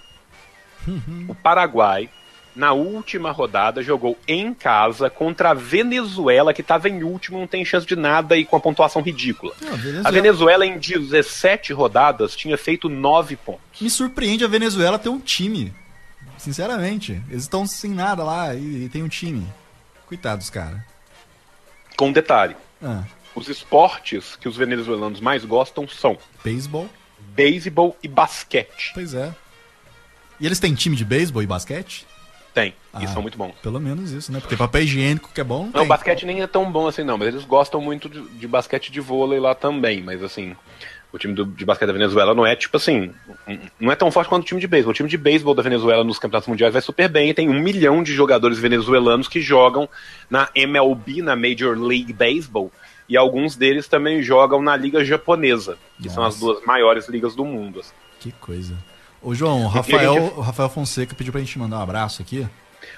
O Paraguai, na última rodada, jogou em casa contra a Venezuela, que tava em último, não tem chance de nada e com a pontuação ridícula.
Não, a Venezuela-
A Venezuela, em 17 rodadas, tinha feito 9 pontos.
Me surpreende a Venezuela ter um time. Sinceramente. Eles estão sem nada lá e, e tem um time. Coitados, cara.
Com um detalhe.
Ah,
Os esportes que os venezuelanos mais gostam são
beisebol?
beisebol e basquete.
Pois é. E eles têm time de beisebol e basquete?
Tem.
Ah.
E são muito bons.
Pelo menos isso, né? Porque papel higiênico que é bom não
Não,
tem.
o basquete nem é tão bom assim, não, mas eles gostam muito de, de basquete de vôlei lá também. Mas assim, o time do- de basquete da Venezuela não é tipo assim. um- Não é tão forte quanto o time de beisebol. O time de beisebol da Venezuela nos campeonatos mundiais vai super bem. E tem um milhão de jogadores venezuelanos que jogam na MLB, na Major League Baseball. E alguns deles também jogam na Liga Japonesa, que são as
Nossa.
duas maiores ligas do mundo. assim.
Que coisa. Ô, João, o
E a
Rafael,
gente-
o Rafael Fonseca pediu pra gente mandar um abraço aqui.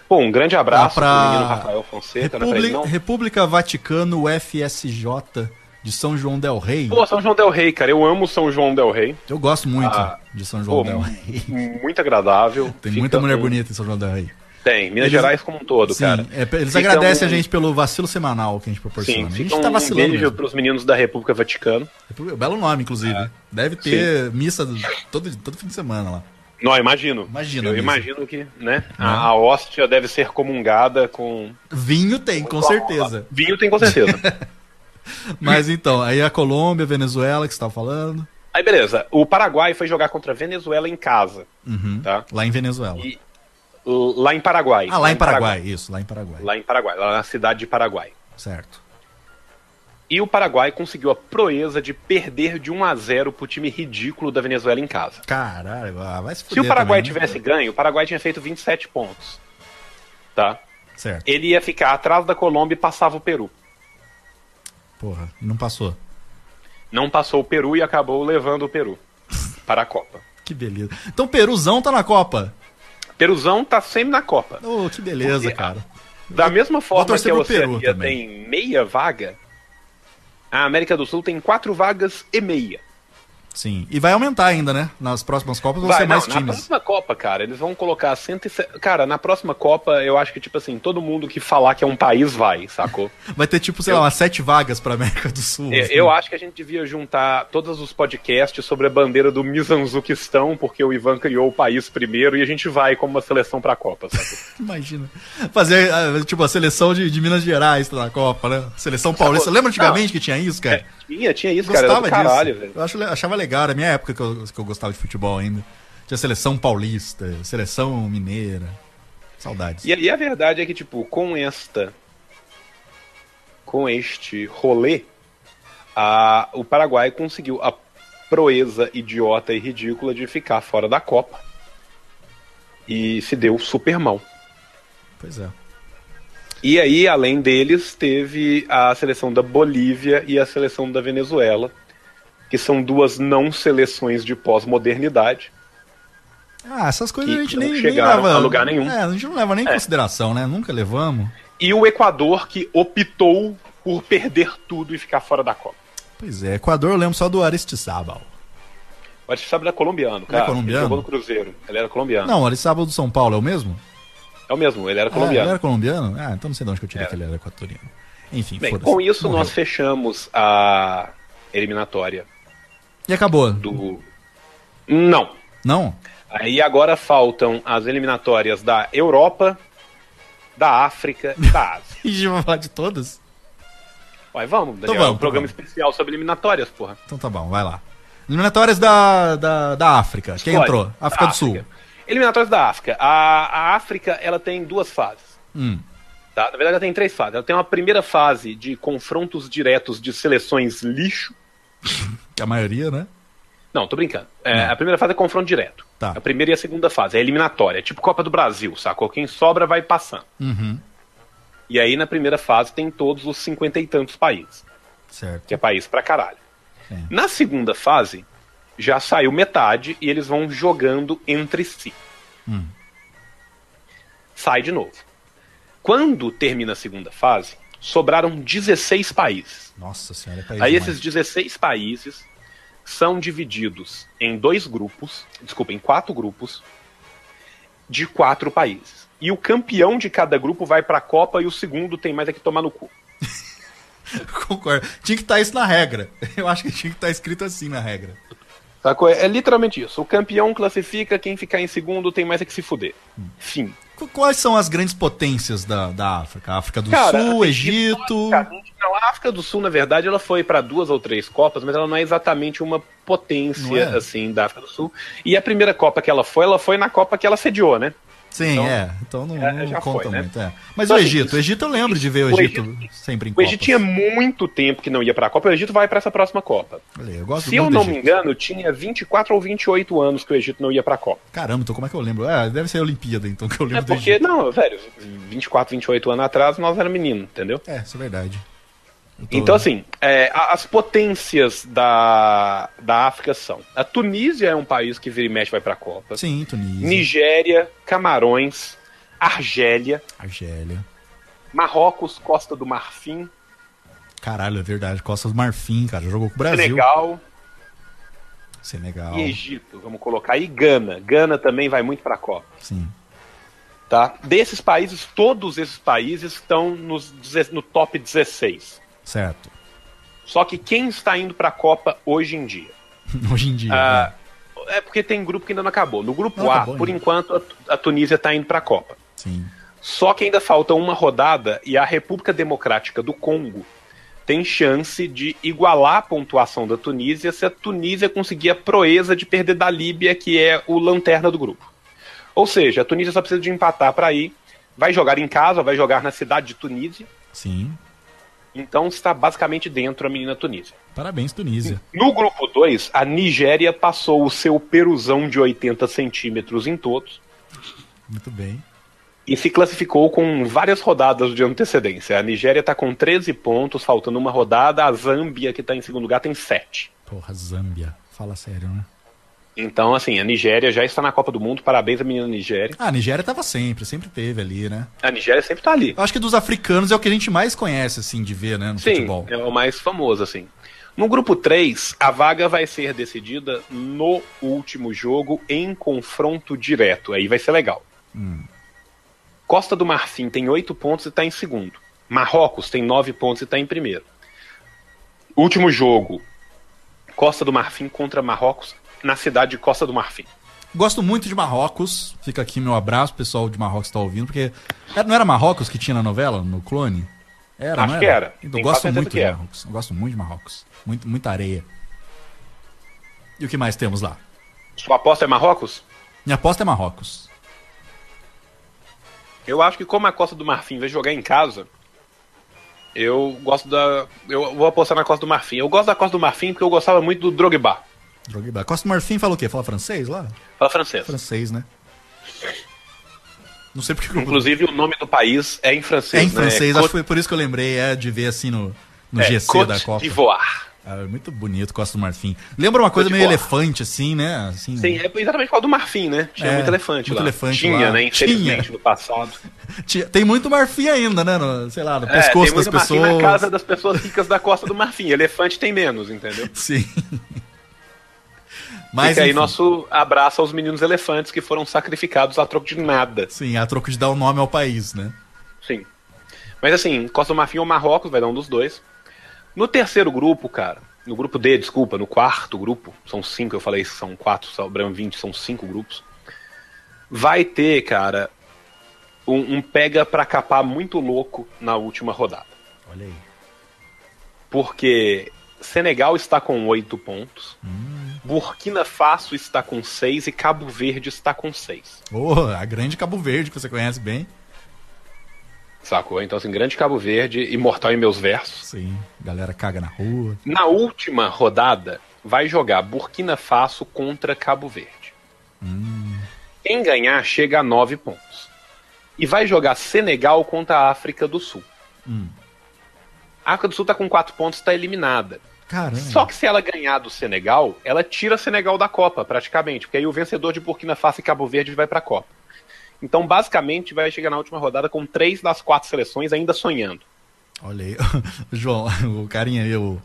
Bom, um grande abraço
Lá pra-
pro menino Rafael Fonseca, né, pra ele,
Republi-
não?
República Vaticano UFSJ de São João Del Rey.
Pô, São João Del Rey, cara, eu amo São João Del Rey.
Eu gosto muito
Ah.
de São João
Pô,
Del Rey.
muito agradável.
Tem
Fica
muita mulher
um-
bonita em São João Del Rey.
Tem, Minas
Eles-
Gerais como um todo,
Sim,
cara.
é, eles
Fica
agradecem
um-
a gente pelo vacilo semanal que a gente proporciona.
Sim,
a
fica
gente tá
um
vacilando.
beijo
mesmo.
pros meninos da República Vaticano.
República- Belo nome, inclusive.
É.
Deve ter missa do- todo, todo fim de semana lá.
Não, imagino.
Imagina
Eu
mesmo.
imagino que, né, a, a hóstia deve ser comungada com...
Vinho tem, com certeza.
Vinho tem com certeza.
Mas então, aí a Colômbia, Venezuela, que você tava falando.
Aí, beleza. O Paraguai foi jogar contra a Venezuela em casa,
Uhum.
tá?
Lá em Venezuela.
E- Lá em Paraguai.
Ah, lá em Paraguai, isso, lá em Paraguai.
Lá em Paraguai, lá na cidade de Paraguai.
Certo.
E o Paraguai conseguiu a proeza de perder de 1 a 0 pro time ridículo da Venezuela em casa.
Caralho, ah, vai se
Se
fuder
o Paraguai
também, né?
tivesse ganho, o Paraguai tinha feito 27 pontos. Tá?
Certo.
Ele ia ficar atrás da Colômbia e passava o Peru.
Porra, não passou.
Não passou o Peru e acabou levando o Peru para a Copa.
Que beleza. Então o Peruzão tá na Copa.
Peruzão tá sempre na Copa.
Ô, que beleza,
Porque-
cara.
Da mesma forma
torcer
que
pro
a
Peru
Oceania
também.
tem meia vaga, a América do Sul tem quatro vagas e meia.
Sim. E vai aumentar ainda, né? Nas próximas Copas vão
Vai,
ser
não,
mais
na
times.
próxima Copa, cara, eles vão colocar 107. Cara, na próxima Copa, eu acho que, tipo assim, todo mundo que falar que é um país vai, sacou?
Vai ter, tipo, sei lá, umas sete vagas pra América do Sul.
É,
assim.
Eu acho que a gente devia juntar todos os podcasts sobre a bandeira do Mizanzuquistão, porque o Ivan criou o país primeiro e a gente vai como uma seleção pra Copa, sacou?
Imagina. Fazer, ah, tipo, a seleção de, de Minas Gerais tá na Copa, né? Seleção paulista. Lembra antigamente que tinha isso, cara?
tinha, tinha
Eu
isso, cara. É, Era
gostava
do caralho,
disso.
velho.
Eu acho, achava legal, era a minha época que eu, que eu gostava de futebol ainda. Tinha seleção paulista, seleção mineira. Saudades.
E aí a verdade é que, tipo, com esta. Com este rolê, a- o Paraguai conseguiu a proeza idiota e ridícula de ficar fora da Copa. E se deu super mal.
Pois é.
E aí, além deles, teve a seleção da Bolívia e a seleção da Venezuela, que são duas não seleções de pós-modernidade.
Ah, essas coisas
Que
a gente
não
nem, nem
chegaram
leva
a lugar nenhum.
É, a gente não leva nem em consideração, né? Nunca levamos.
E o Equador, que optou por perder tudo e ficar fora da Copa.
Pois é, Equador eu lembro só do Aristizábal.
O Atiçaba era colombiano, cara.
é colombiano?
Ele jogou no Cruzeiro. Ele era colombiano.
Não, o Aristizábal do São Paulo é o mesmo?
É o mesmo, ele era
Ah, ele
colombiano. É.
era colombiano? Ah, então não sei de onde que eu tirei que ele era equatoriano. Enfim,
Bem,
foda-se.
com isso
Morreu.
nós fechamos a eliminatória
E acabou.
do. Não.
Não?
Aí agora faltam as eliminatórias da Europa, da África e da Ásia.
E a gente vai falar de todas?
Ué, vamos, Daniel.
vamos,
é um programa
então
especial sobre eliminatórias, porra.
Então tá bom, vai lá. Eliminatórias da, da, da África. Quem
Escolhe. Ah,
entrou?
Da
África do Sul.
Eliminatórias da África. A, a África, ela tem duas fases.
Hum.
Tá? Na verdade, ela tem três fases. Ela tem uma primeira fase de confrontos diretos de seleções lixo.
Que a maioria, né?
Não, tô brincando. É, A primeira fase é confronto direto.
Hum. Tá.
A primeira e a segunda fase é eliminatória. É tipo Copa do Brasil, sacou? Quem sobra vai passando.
Uhum.
E aí, na primeira fase, tem todos os cinquenta e tantos países,
Certo.
que é país pra caralho.
Sim.
Na segunda fase, já saiu metade e eles vão jogando entre si.
Hum.
Sai de novo. Quando termina a segunda fase, sobraram 16 países.
Nossa senhora, é país
Aí
demais.
esses 16 países são divididos em dois grupos, desculpa, em quatro grupos de quatro países. E o campeão de cada grupo vai pra Copa e o segundo tem mais é que tomar no cu.
Concordo. Tinha que estar isso na regra. Eu acho que tinha que estar escrito assim na regra.
Sacou? É, é literalmente isso. O campeão classifica, quem ficar em segundo tem mais é que se fuder. Fim.
Qu- Quais são as grandes potências da, da África? A África do
Cara,
Sul,
assim,
Egito.
historicamente, não, a África do Sul, na verdade, ela foi pra duas ou três Copas, mas ela não é exatamente uma
Não
potência
é?
assim da África do Sul. E a primeira Copa que ela foi, ela foi na Copa que ela sediou, né?
Sim,
Então,
é. Então não,
é,
não
já
conta
foi, né?
muito. é. Mas
Então,
o
assim,
Egito. O Egito eu lembro de ver o
o
Egito, sempre em
O
Copas.
Egito tinha muito tempo que não ia pra Copa, o Egito vai pra essa próxima Copa.
Olha, eu gosto
Se
muito
eu
do
não
Egito.
me engano, tinha 24 ou 28 anos que o Egito não ia pra Copa.
Caramba, então como é que eu lembro? É, deve ser a Olimpíada, então, que eu
É
lembro do
porque,
Egito.
não, velho, 24, 28 anos atrás nós era menino, entendeu?
É, isso é verdade. Eu tô-
Então, assim, é, a- as potências da, da África são. A Tunísia é um país que vira e mexe vai pra Copa.
Sim, Tunísia,
Nigéria, Camarões, Argélia,
Argélia.
Marrocos, Costa do Marfim,
Caralho, é verdade. Costa do Marfim, cara. Jogou com o Brasil.
Senegal
Senegal.
e Egito, vamos colocar. E Gana. Gana também vai muito pra Copa.
Sim.
tá? Desses países, todos esses países estão nos, deze- no top 16.
Certo.
Só que quem está indo para a Copa hoje em dia?
Hoje em dia.
Ah,
né?
é porque tem grupo que ainda não acabou. No grupo
Não
A,
acabou
por
ainda.
enquanto, a, Tu- a Tunísia está indo para a Copa.
Sim.
Só que ainda falta uma rodada e a República Democrática do Congo tem chance de igualar a pontuação da Tunísia se a Tunísia conseguir a proeza de perder da Líbia, que é o lanterna do grupo. Ou seja, a Tunísia só precisa de empatar para ir. Vai jogar em casa, vai jogar na cidade de Tunísia
Sim.
Então está basicamente dentro a menina Tunísia.
Parabéns, Tunísia.
No grupo 2, a Nigéria passou o seu peruzão de 80 centímetros em todos
Muito bem.
e se classificou com várias rodadas de antecedência. A Nigéria está com 13 pontos, faltando uma rodada. A Zâmbia, que está em segundo lugar, tem 7.
Porra, Zâmbia. Fala sério, né?
Então, assim, a Nigéria já está na Copa do Mundo. Parabéns à menina Nigéria.
Ah, a Nigéria tava sempre, sempre teve ali, né?
A Nigéria sempre está ali.
Eu acho que dos africanos é o que a gente mais conhece, assim, de ver, né, no
Sim,
futebol.
é o mais famoso, assim. No grupo 3, a vaga vai ser decidida no último jogo em confronto direto. Aí vai ser legal.
Hum.
Costa do Marfim tem 8 pontos e está em segundo. Marrocos tem 9 pontos e está em primeiro. Último jogo, Costa do Marfim contra Marrocos na cidade de Costa do Marfim.
Gosto muito de Marrocos. Fica aqui meu abraço, pessoal de Marrocos que tá ouvindo, porque era- não era Marrocos que tinha na novela, no clone? Era,
Acho
não
que
era?
era.
Eu
Tenho quase
gosto
certeza
muito
que é.
de
era.
Marrocos. Eu gosto muito de Marrocos. Muito, muita areia. E o que mais temos lá?
Sua aposta é Marrocos?
Minha aposta é Marrocos.
Eu acho que como a Costa do Marfim vai jogar em casa, eu gosto da. Eu vou apostar na Costa do Marfim. Eu gosto da Costa do Marfim porque eu gostava muito do Drogba.
Drogba. Costa do Marfim fala o quê? Fala francês lá?
Fala francês.
Francês, né? Não sei porque que eu-
Inclusive, o nome do país é em
É
francês.
em
né?
francês, acho que
Côte-
foi por isso que eu lembrei é, de ver assim no, no
é,
GC
Côte
da Copa.
d'Ivoire.
Ah, é muito bonito Costa do Marfim. Lembra uma coisa
Côte
meio
d'Ivoire.
elefante, assim, né? Assim,
Sim, é exatamente qual do Marfim, né? Tinha
É,
muito elefante
muito
lá.
elefante
Tinha,
lá.
né? Infelizmente,
Tinha.
no passado.
Tinha- Tem muito marfim ainda, né? No, sei lá, no
É, tem
pescoço
muito
das
marfim
pessoas.
na casa das pessoas ricas da Costa do Marfim. Elefante tem menos, entendeu?
Sim. Mas
Fica aí
enfim,
nosso abraço aos meninos elefantes que foram sacrificados a troco de nada.
sim, a troco de dar o nome ao país, né?
Sim. Mas assim, Costa do Marfim ou Marrocos, vai dar um dos dois. No terceiro grupo, cara, no grupo D, desculpa, no quarto grupo, são cinco, eu falei são quatro, sobram 20, são cinco grupos. Vai ter, cara, um, um pega pra capar muito louco na última rodada.
Olha aí.
Porque Senegal está com oito pontos, Burkina Faso está com seis e Cabo Verde está com seis.
Oh, a grande Cabo Verde que você conhece bem.
Sacou? Então, assim, Grande Cabo Verde, Imortal em Meus Versos.
Sim, galera caga na rua.
Na última rodada, vai jogar Burkina Faso contra Cabo Verde. Quem ganhar chega a nove pontos. E vai jogar Senegal contra a África do Sul. A África do Sul tá com quatro pontos, tá eliminada.
Caramba.
Só que se ela ganhar do Senegal, ela tira Senegal da Copa, praticamente. Porque aí o vencedor de Burkina Faso e Cabo Verde vai pra Copa. Então, basicamente, vai chegar na última rodada com três das quatro seleções ainda sonhando.
Olha aí. João, o carinha aí, o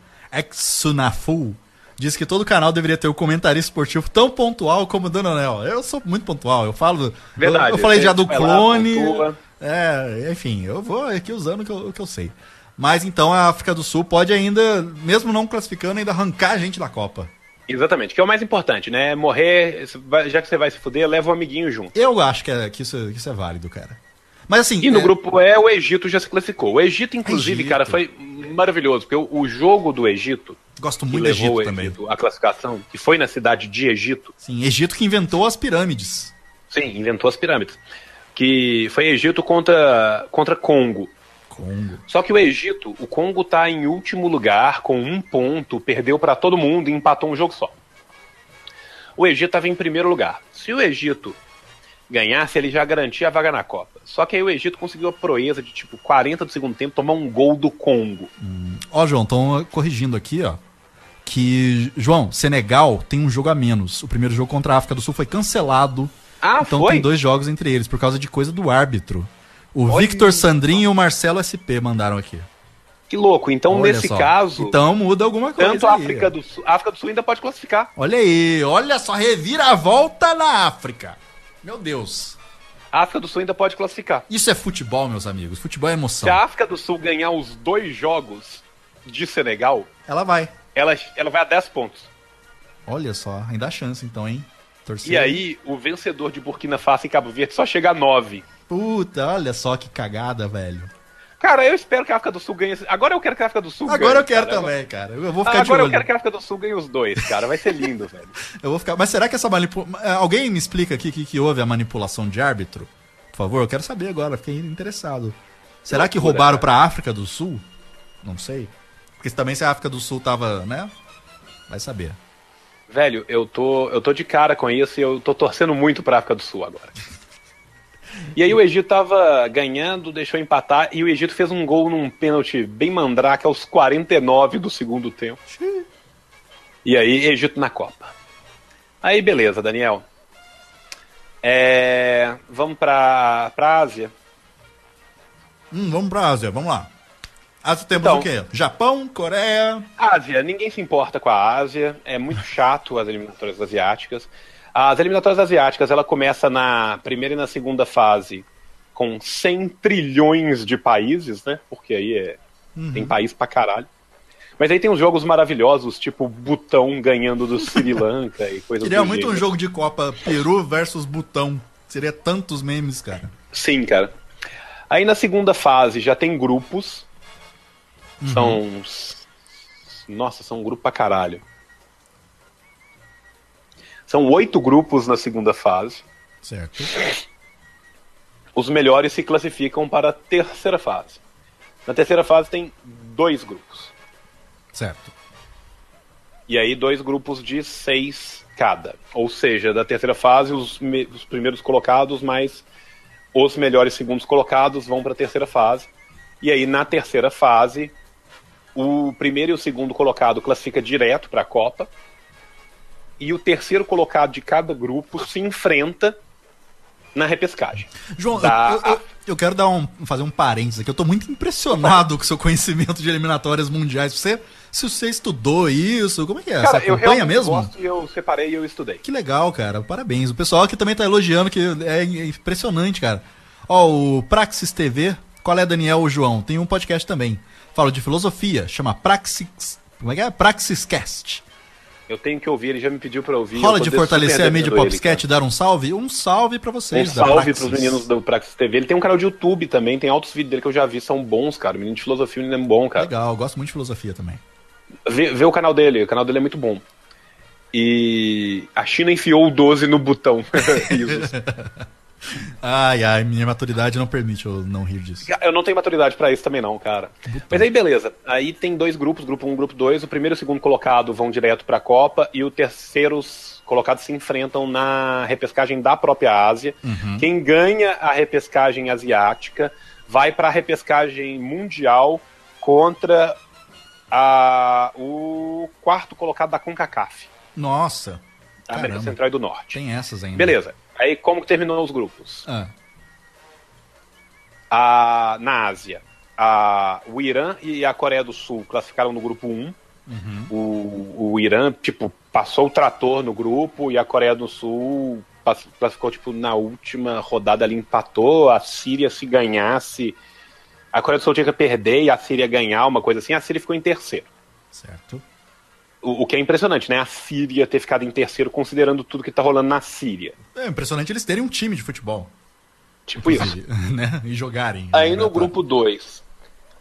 Exunafu, disse que todo canal deveria ter o comentarista esportivo tão pontual como o Donanel. Eu sou muito pontual, eu falo.
Verdade,
Eu, eu falei
você
já do
vai lá,
clone.
pontua.
é, enfim, eu vou aqui usando o que eu, o que eu sei. Mas então a África do Sul pode ainda, mesmo não classificando, ainda arrancar a gente da Copa.
Exatamente, que é o mais importante, né? Morrer, se vai- já que você vai se fuder, leva um amiguinho junto.
Eu acho que, é- que isso, que isso é válido, cara. Mas assim.
E no
é-
grupo E, o Egito já se classificou. O Egito, inclusive,
Egito.
cara, foi maravilhoso, porque o, o jogo do Egito,
Gosto
que
muito do
levou
Egito
o
também.
Egito à classificação, que foi na cidade de Egito,
Sim, Egito que inventou as pirâmides.
sim, inventou as pirâmides, que foi Egito contra, contra Congo.
Congo.
Só que o Egito, o Congo tá em último lugar, com um ponto, perdeu pra todo mundo e empatou um jogo só. O Egito tava em primeiro lugar. Se o Egito ganhasse, ele já garantia a vaga na Copa. Só que aí o Egito conseguiu a proeza de, tipo, 40 do segundo tempo, tomar um gol do Congo.
Ó, João, estão corrigindo aqui, ó. Que, João, Senegal tem um jogo a menos. O primeiro jogo contra a África do Sul foi cancelado.
Ah,
então
foi?
tem dois jogos entre eles, por causa de coisa do árbitro. O
Olha
Victor
isso.
Sandrinho e o Marcelo SP mandaram aqui.
Que louco. Então,
Olha
nesse
só.
caso,
Então muda alguma coisa.
tanto a
aí.
África do, Sul, a África do Sul ainda pode classificar.
Olha aí, olha só, reviravolta na África. Meu Deus.
A África do Sul ainda pode classificar.
Isso é futebol, meus amigos. Futebol é emoção.
Se a África do Sul ganhar os dois jogos de Senegal,
Ela vai.
ela, ela vai a 10 pontos.
Olha só, ainda há chance então, hein? Torcer.
E aí, o vencedor de Burkina Faso e Cabo Verde só chega a 9.
Puta, olha só que cagada, velho.
Cara, eu espero que a África do Sul ganhe. esse- Agora eu quero que a África do Sul ganhe.
Agora eu quero
cara.
também, cara. Eu vou ficar
Agora,
de
agora
olho.
eu quero que a África do Sul ganhe os dois, cara. Vai ser lindo, velho.
Eu vou ficar. Mas será que essa manipulação. Alguém me explica aqui o que, que houve a manipulação de árbitro? Por favor, eu quero saber agora, fiquei interessado. Será que roubaram pra África do Sul? Não sei. Porque também se a África do Sul tava, né? Vai saber.
Velho, eu tô, eu tô de cara com isso e eu tô torcendo muito pra África do Sul agora. E aí o Egito tava ganhando, deixou empatar, e o Egito fez um gol num pênalti bem mandrake aos 49 do segundo tempo. E aí, Egito na Copa. Aí, beleza, Daniel. É, vamos pra, pra Ásia.
Hum, vamos pra Ásia, vamos lá. Ásia temos
Então.
o quê? Japão, Coreia.
Ásia, ninguém se importa com a Ásia, é muito chato as eliminatórias asiáticas. As eliminatórias asiáticas, ela começa na primeira e na segunda fase com 100 trilhões de países, né? Porque aí é tem país pra caralho. Mas aí tem uns jogos maravilhosos, tipo Butão ganhando do Sri Lanka e coisas
Queria
do
muito um
gênero.
jogo de Copa Peru versus Butão. Seria tantos memes, cara.
Sim, cara. Aí na segunda fase já tem grupos. São. uns- Nossa, são um grupo pra caralho. São oito grupos na segunda fase.
Certo.
Os melhores se classificam para a terceira fase. Na terceira fase tem dois grupos.
Certo.
E aí, dois grupos de seis cada. Ou seja, da terceira fase, os, me- os primeiros colocados, mais os melhores segundos colocados vão para a terceira fase. E aí, na terceira fase, o primeiro e o segundo colocado classifica direto para a Copa. E o terceiro colocado de cada grupo se enfrenta na repescagem.
João,
Tá.
eu, eu- eu- eu quero dar um, fazer um parênteses aqui. Eu tô muito impressionado com o seu conhecimento de eliminatórias mundiais. Você, se você estudou isso, como é que é?
Cara,
você
eu
acompanha
realmente
mesmo?
gosto e eu separei e eu estudei.
Que legal, cara. Parabéns. O pessoal aqui também tá elogiando, que é impressionante, cara. Ó, o Praxis TV, qual é, Daniel ou João? Tem um podcast também. Falo de filosofia, chama Praxis. Como é que é? Praxiscast.
Eu tenho que ouvir, ele já me pediu para ouvir.
Rola
eu tô
de fortalecer a
super
mídia
devendo ele,
Popscat e dar um salve? Um salve pra
Um
vocês, da
salve
Praxis.
pros meninos do Praxis TV. Ele tem um canal de YouTube também, tem altos vídeos dele que eu já vi, são bons, cara. O menino de filosofia, o menino é bom, cara.
Legal, eu gosto muito de filosofia também.
Vê, vê o canal dele, o canal dele é muito bom. E a China enfiou o 12 no botão. Risos.
Ai, ai, minha maturidade não permite eu não rir disso.
eu não tenho maturidade pra isso também, não, cara. Mas aí, beleza. Aí tem dois grupos, grupo 1 grupo 2. O primeiro e o segundo colocado vão direto pra Copa e o terceiro colocado se enfrentam na repescagem da própria Ásia.
Uhum.
Quem ganha a repescagem asiática vai pra repescagem mundial contra a- o quarto colocado da CONCACAF,
Nossa,
da América
Caramba.
Central e do Norte.
tem essas ainda.
Ah, então. Beleza. Aí como que terminou os grupos?
Ah,
a, na Ásia. A, o Irã e a Coreia do Sul classificaram no grupo 1. O, o Irã, tipo, passou o trator no grupo e a Coreia do Sul pass- classificou, tipo, na última rodada ali, empatou. A Síria, se ganhasse, a Coreia do Sul tinha que perder e a Síria ganhar, uma coisa assim. A Síria ficou em terceiro.
certo.
O, o que é impressionante, né? A Síria ter ficado em terceiro, considerando tudo que tá rolando na Síria.
É impressionante eles terem um time de futebol.
Tipo isso.
né? E jogarem.
Aí no grupo 2,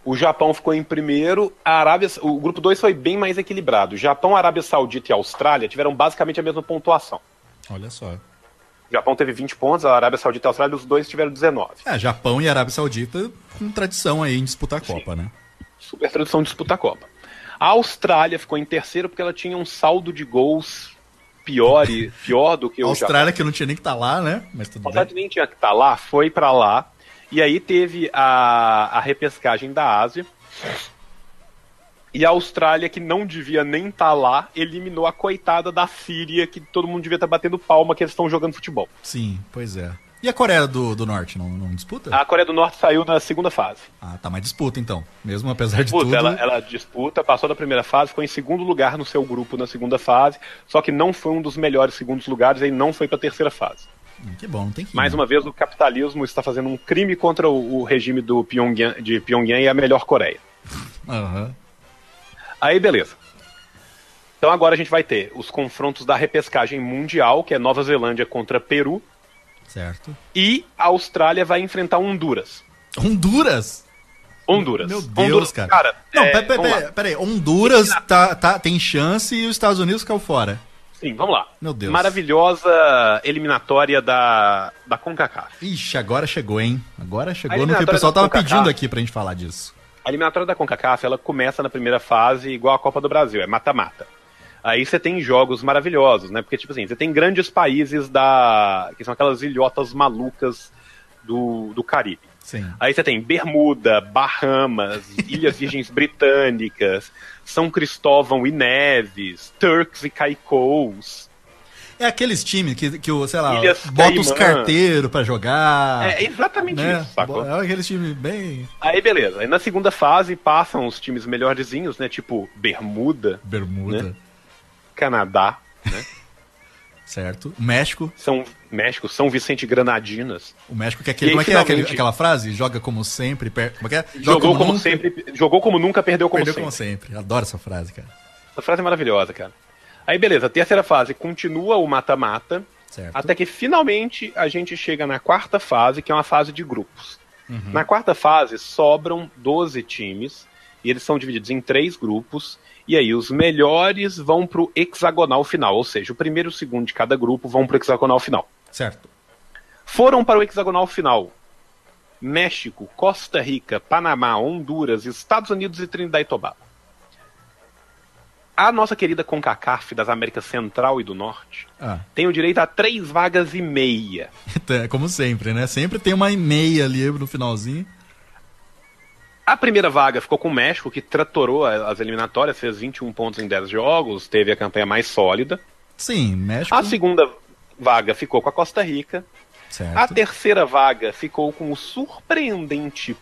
o Japão ficou em primeiro, a Arábia, o grupo 2 foi bem mais equilibrado. Japão, Arábia Saudita e Austrália tiveram basicamente a mesma pontuação.
Olha só.
O Japão teve 20 pontos, a Arábia Saudita e a Austrália, os dois tiveram 19.
É, Japão e Arábia Saudita com tradição aí em disputar a Copa, né?
Super tradição de disputar a Copa. A Austrália ficou em terceiro porque ela tinha um saldo de gols pior, e- pior do que o Japão.
Austrália que não tinha nem que estar lá, né? Mas tudo
Mozart
bem.
nem tinha que estar lá, foi pra lá. E aí teve a, a repescagem da Ásia. E a Austrália, que não devia nem estar lá, eliminou a coitada da Síria, que todo mundo devia estar batendo palma que eles estão jogando futebol.
Sim, pois é. E a Coreia do, do Norte não, não disputa?
A Coreia do Norte saiu na segunda fase.
Ah, tá, mas disputa então. Mesmo apesar de tudo.
Puta, ela, ela disputa, passou da primeira fase, ficou em segundo lugar no seu grupo na segunda fase, só que não foi um dos melhores segundos lugares e não foi pra terceira fase.
Hum, Que bom, não tem que ir,
Mais
né?
uma vez, o capitalismo está fazendo um crime contra o, o regime do Pyongyang, de Pyongyang e a melhor Coreia.
Aham.
Aí, beleza. Então agora a gente vai ter os confrontos da repescagem mundial, que é Nova Zelândia contra Peru,
Certo.
e a Austrália vai enfrentar Honduras.
Honduras?
Honduras.
Meu Deus,
Honduras,
cara. Não,
Não, é,
peraí, pera,
vamos
pera,
lá.
peraí. Honduras tá, tá, tem chance e os Estados Unidos caiu fora.
Sim, vamos lá.
Meu Deus.
Maravilhosa eliminatória da, da CONCACAF.
Ixi, agora chegou, hein? Agora
A
chegou no que o
eliminatória
pessoal
da
tava
CONCACAF.
pedindo aqui pra gente falar disso.
A eliminatória da CONCACAF, ela começa na primeira fase igual a Copa do Brasil, é mata-mata. Aí você tem jogos maravilhosos, né? Porque, tipo assim, você tem grandes países da... que são aquelas ilhotas malucas do, do Caribe.
Sim.
Aí você tem Bermuda, Bahamas, Ilhas Virgens Britânicas, São Cristóvão e Neves, Turks e Caicos.
É aqueles times que, que o, sei lá,
Ilhas
bota os
Caimã.
carteiros pra jogar.
é exatamente
né?
isso, sacou?
É aqueles times bem.
Aí beleza. Aí na segunda fase passam os times melhorzinhos, né? Tipo Bermuda,
Bermuda,
Né? Canadá,
certo? O México.
São México, São Vicente e Granadinas.
O México que é
E
aquele.
aí,
Como é que é aquele-
finalmente-
aquela frase? Joga como sempre. Per... Como é que é? Joga
jogou como,
nunca,
sempre, jogou como nunca, perdeu como
Perdeu
sempre.
como sempre. Adoro essa frase, cara.
Essa frase é maravilhosa, cara. Aí beleza, terceira fase continua o mata-mata,
Certo.
até que finalmente a gente chega na quarta fase, que é uma fase de grupos. Na quarta fase sobram 12 times e eles são divididos em três grupos e aí os melhores vão pro hexagonal final, ou seja, o primeiro e o segundo de cada grupo vão pro hexagonal final.
Certo.
Foram para o hexagonal final México, Costa Rica, Panamá, Honduras, Estados Unidos e Trinidad e Tobago. A nossa querida CONCACAF das Américas Central e do Norte
Ah,
tem o direito a três vagas e meia.
é como sempre, né? Sempre tem uma e-mail ali no finalzinho.
A primeira vaga ficou com o México, que tratorou a- as eliminatórias, fez 21 pontos em 10 jogos, teve a campanha mais sólida.
Sim, México.
A segunda vaga ficou com a Costa Rica.
Certo.
A terceira vaga ficou com o surpreendente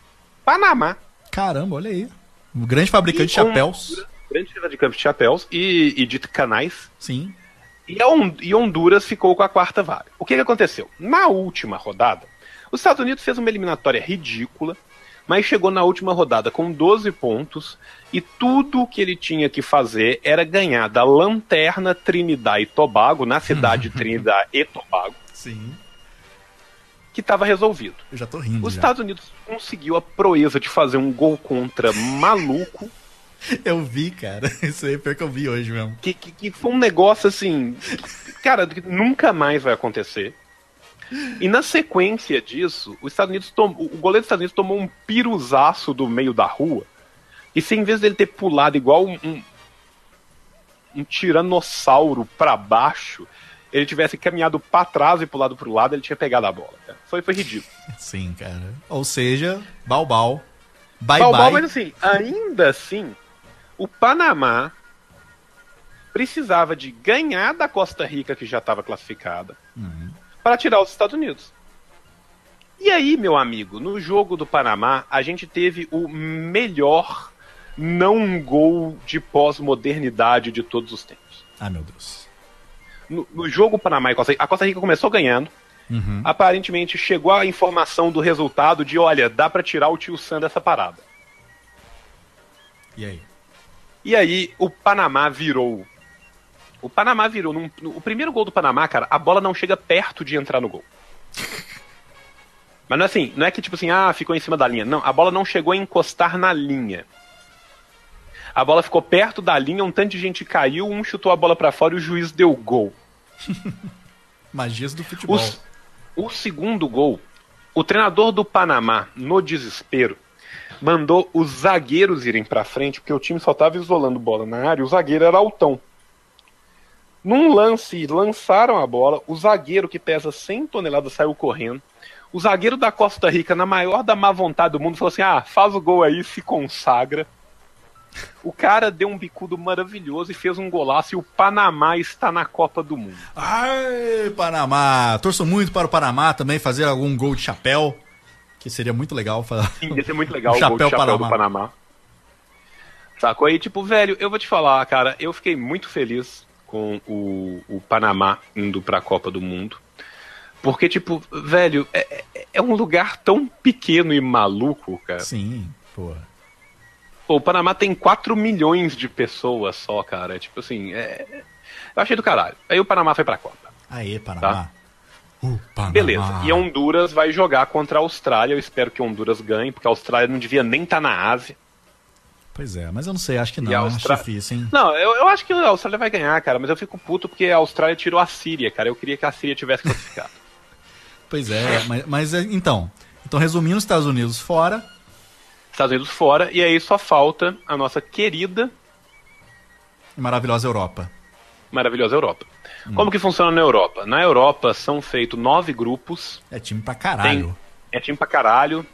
Panamá.
Caramba, olha aí. O grande fabricante de
E com-
chapéus.
grande fila de campos de chapéus e, e de canais.
Sim.
E, a Hon- e Honduras ficou com a quarta vaga. O que, que aconteceu? Na última rodada, os Estados Unidos fez uma eliminatória ridícula, mas chegou na última rodada com 12 pontos e tudo o que ele tinha que fazer era ganhar da lanterna Trinidad e Tobago, na cidade de Trinidad e Tobago,
Sim.
que estava resolvido.
Eu já tô rindo.
Os
já.
Estados Unidos conseguiu a proeza de fazer um gol contra maluco
Eu vi, cara. Isso aí é pior que eu vi hoje mesmo.
que, que, que foi um negócio assim, cara, que nunca mais vai acontecer. E na sequência disso, os Estados Unidos tom- o goleiro dos Estados Unidos tomou um piruzaço do meio da rua. E se em vez dele ter pulado igual um, um, um tiranossauro pra baixo, ele tivesse caminhado pra trás e pulado pro lado, ele tinha pegado a bola. cara. Foi, foi ridículo.
Sim, cara. Ou seja, balbal. Bye
Bal- bal,
bye.
mas assim, ainda assim, o Panamá precisava de ganhar da Costa Rica, que já estava classificada, para tirar os Estados Unidos. E aí, meu amigo, no jogo do Panamá, a gente teve o melhor não gol de pós-modernidade de todos os tempos.
Ah, meu Deus.
No, no jogo Panamá e Costa Rica, a Costa Rica começou ganhando.
Uhum.
Aparentemente chegou a informação do resultado de, olha, dá para tirar o tio Sam dessa parada.
E aí?
E aí o Panamá virou. O Panamá virou. num- no- o primeiro gol do Panamá, cara, a bola não chega perto de entrar no gol. Mas não é assim, não é que tipo assim, ah, ficou em cima da linha. Não, a bola não chegou a encostar na linha. A bola ficou perto da linha, um tanto de gente caiu, um chutou a bola pra fora e o juiz deu gol.
Magias do futebol.
Os- o segundo gol, o treinador do Panamá, no desespero, mandou os zagueiros irem pra frente, porque o time só tava isolando bola na área, e o zagueiro era altão. Num lance, lançaram a bola, o zagueiro que pesa 100 toneladas saiu correndo. O zagueiro da Costa Rica, na maior da má vontade do mundo, falou assim: ah, faz o gol aí, se consagra. O cara deu um bicudo maravilhoso e fez um golaço, e o Panamá está na Copa do Mundo.
Ai, Panamá. Torço muito para o Panamá também fazer algum gol de chapéu. Que seria muito legal. fa-
Sim, ia ser muito legal
O
o, gol de
chapéu
chapéu
Panamá.
do Panamá. Sacou? Aí, tipo, velho, eu vou te falar, cara, eu fiquei muito feliz com o, o Panamá indo pra Copa do Mundo. Porque, tipo, velho, é, é- é um lugar tão pequeno e maluco, cara.
Sim, porra.
Pô, o Panamá tem 4 milhões de pessoas só, cara. É tipo assim, é... Eu achei do caralho. Aí o Panamá foi pra Copa.
Aê, Panamá. Tá. O Panamá.
Beleza. E é um- Honduras vai jogar contra a Austrália. Eu espero que Honduras ganhe, porque a Austrália não devia nem estar na Ásia.
Pois é, mas eu não sei, acho que
E a
não. Acho
Austra-
difícil, hein?
Não, eu, eu acho que a Austrália vai ganhar, cara, mas eu fico puto porque a Austrália tirou a Síria, cara. Eu queria que a Síria tivesse classificado.
Pois é, mas, mas é- então. Então, resumindo, os Estados Unidos fora.
Estados Unidos fora, e aí só falta a nossa querida
E maravilhosa Europa.
maravilhosa Europa.
Hum.
Como que funciona na Europa? Na Europa são feitos nove grupos.
É time pra
Tem,
caralho.
é time pra caralho,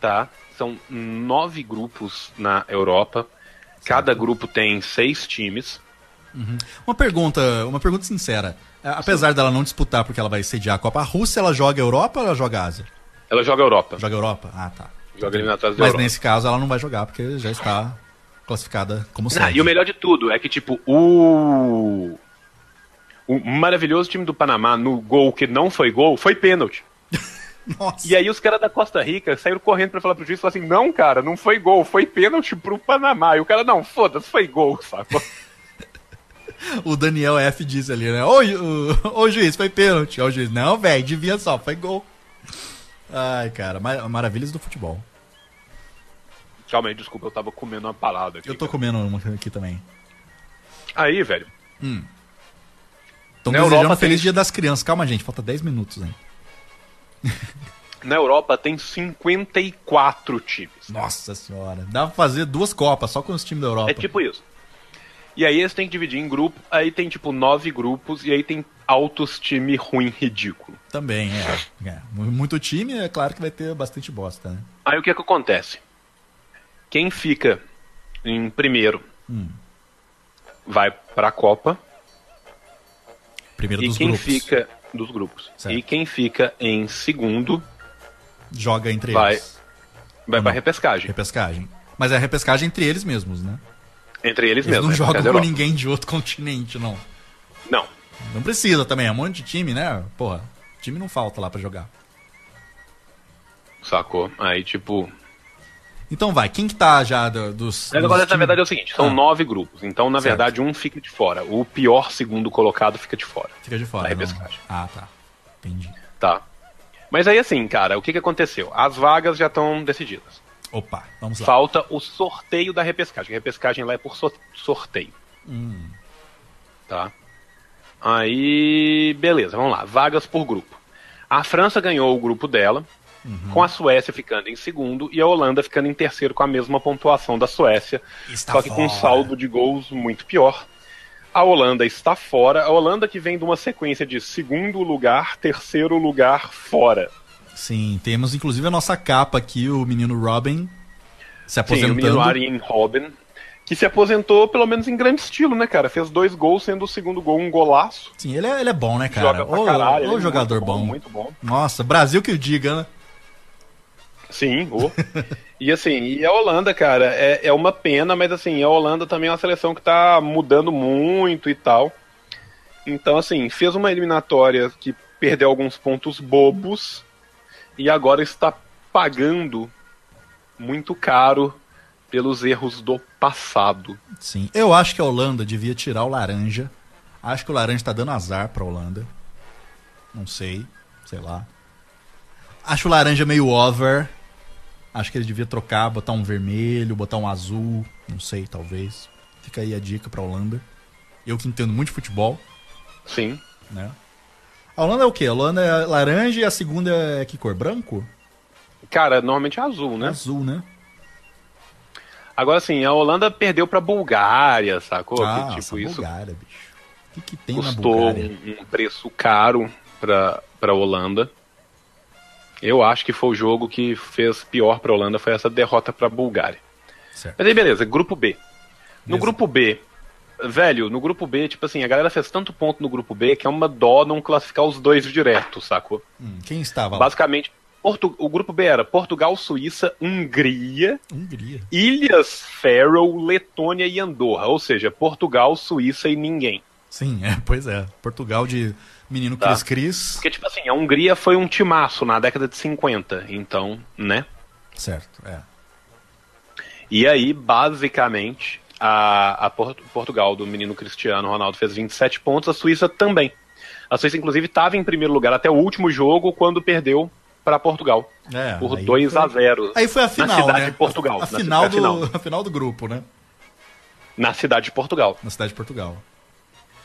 tá? São nove grupos na Europa. Cada grupo tem seis times.
Uma pergunta, uma pergunta sincera. A- Apesar dela não disputar porque ela vai sediar a Copa, a Rússia ela joga Europa ou ela joga Ásia?
Ela joga Europa.
Joga Europa? Ah, tá.
Joga eliminatórias da
Mas
Europa.
nesse caso ela não vai jogar porque já está classificada como
Ah,
sede.
e o melhor de tudo é que, tipo, o. O maravilhoso time do Panamá no gol que não foi gol foi pênalti.
Nossa.
E aí os caras da Costa Rica saíram correndo pra falar pro juiz e falaram assim: não, cara, não foi gol, foi pênalti pro Panamá. E o cara, não, foda-se, foi gol, sacou?
O Daniel F diz ali, né? Ô, ju- ô juiz, foi pênalti. Ô juiz, não, velho, devia só, foi gol. Ai, cara, ma- maravilhas do futebol.
Calma aí, desculpa, eu tava comendo uma palada aqui.
Eu tô comendo uma aqui também.
Aí, velho.
Tô
Na
desejando
Europa
um feliz
tem-
dia das crianças. Calma, gente, falta 10 minutos, hein?
Na Europa tem 54 times.
Nossa senhora. Dá pra fazer duas copas só com os times da Europa.
É tipo isso. E aí eles têm que dividir em grupo, aí tem tipo nove grupos, e aí tem altos time ruim ridículo.
Também, é. É, mu- Muito time, é claro que vai ter bastante bosta, né?
Aí o que é que acontece? Quem fica em primeiro
Hum.
vai pra Copa
Primeiro
e
É dos
quem
grupos.
fica dos grupos.
Certo.
E quem fica em segundo
Joga entre
Vai.
eles.
vai
Ou
pra
não.
repescagem.
Repescagem. Mas é a repescagem entre eles mesmos, né?
Entre eles,
Eles
mesmos.
não
né?
jogam
Porque
com
é da Europa.
ninguém de outro continente, não.
Não.
Não precisa também, é um monte de time, né? Porra, time não falta lá pra jogar.
Sacou? Aí, tipo.
Então vai, quem que tá já do- dos.
O negócio, na verdade, é o seguinte: são
Ah.
nove grupos. Então, na
Certo.
verdade, um fica de fora. O pior segundo colocado fica de fora.
Fica de fora.
da
não.
repescagem.
Ah, tá. Entendi.
Tá. Mas aí, assim, cara, o que, que aconteceu? As vagas já estão decididas.
Opa, vamos lá.
Falta o sorteio da repescagem. A repescagem lá é por so- sorteio.
Hum.
Tá? Aí, beleza, vamos lá. Vagas por grupo. A França ganhou o grupo dela,
Uhum.
com a Suécia ficando em segundo e a Holanda ficando em terceiro com a mesma pontuação da Suécia,
Está
só que com um
fora.
saldo de gols muito pior. A Holanda está fora. A Holanda que vem de uma sequência de segundo lugar, terceiro lugar, fora.
Sim, temos inclusive a nossa capa aqui, o menino Robin se
Sim, o
aposentando.
menino Arjen Robben, que se aposentou pelo menos em grande estilo, né, cara? Fez dois gols, sendo o segundo gol um golaço.
Sim, ele é, ele é bom, né,
joga
cara?
pra
Ô,
caralho.
ô
ele é
jogador
muito
bom.
Muito bom.
Nossa, Brasil que o diga, né?
Sim, ô. e assim, e a Holanda, cara, é, é uma pena, mas assim, a Holanda também é uma seleção que tá mudando muito e tal. Então, assim, fez uma eliminatória que perdeu alguns pontos bobos e agora está pagando muito caro pelos erros do passado.
Sim. Eu acho que a Holanda devia tirar o laranja. Acho que o laranja tá dando azar pra Holanda. Não sei. Sei lá. Acho o laranja meio over. Acho que ele devia trocar, botar um vermelho, botar um azul. Não sei, talvez. Fica aí a dica pra Holanda. Eu que entendo muito de futebol,
Sim.
né? A Holanda é o quê? A Holanda é laranja e a segunda é que cor? Branco?
Cara, normalmente é azul, né?
Azul, né?
Agora sim, a Holanda perdeu pra Bulgária, sacou? que,
Ah, essa
tipo, isso
Bulgária, bicho. O que, que tem na
custou
Bulgária?
um, um preço caro pra, pra Holanda. Eu acho que foi o jogo que fez pior pra Holanda, foi essa derrota pra Bulgária.
Certo.
Mas aí, beleza, grupo B. No
Beleza.
grupo B, velho, no grupo B, tipo assim, a galera fez tanto ponto no grupo B que é uma dó não classificar os dois direto, sacou?
Hum, quem estava lá?
Basicamente, Portu- o grupo B era Portugal, Suíça, Hungria,
Hungria.
Ilhas Faroe, Letônia e Andorra, ou seja, Portugal, Suíça e ninguém.
Sim, é, pois é. Portugal de menino
Tá.
Cris Cris.
Porque, tipo assim, a Hungria foi um timaço na década de 50, então, né?
Certo, é.
E aí, basicamente, a, a Por- Portugal do menino Cristiano Ronaldo fez 27 pontos, a Suíça também. A Suíça, inclusive, estava em primeiro lugar até o último jogo, quando perdeu para Portugal,
É,
por
aí
2
foi-
a 0
Aí foi a final,
cidade
né?
de Portugal,
A,
na é
final
cidade-
do,
na
a final do grupo, né?
na cidade de Portugal.
Na cidade de Portugal.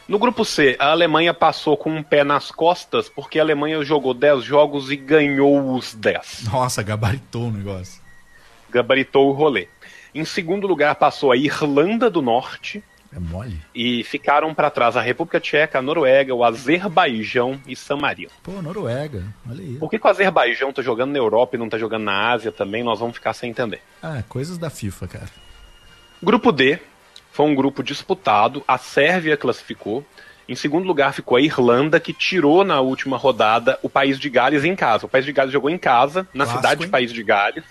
No grupo C, a Alemanha passou com um pé nas costas, porque a Alemanha jogou 10 jogos e ganhou os 10.
Nossa, gabaritou o negócio.
gabaritou o rolê. Em segundo lugar passou a Irlanda do Norte
É mole?
e ficaram para trás a República Tcheca, a Noruega, o Azerbaijão e San Marino.
Pô, Noruega. Olha aí.
Por que, que o Azerbaijão tá jogando na Europa e não tá jogando na Ásia também, nós vamos ficar sem entender.
Ah, coisas da FIFA, cara.
Grupo D foi um grupo disputado, a Sérvia classificou. Em segundo lugar ficou a Irlanda, que tirou na última rodada o País de Gales em casa. O País de Gales jogou em casa, na
Clássico,
cidade de
hein?
País de Gales.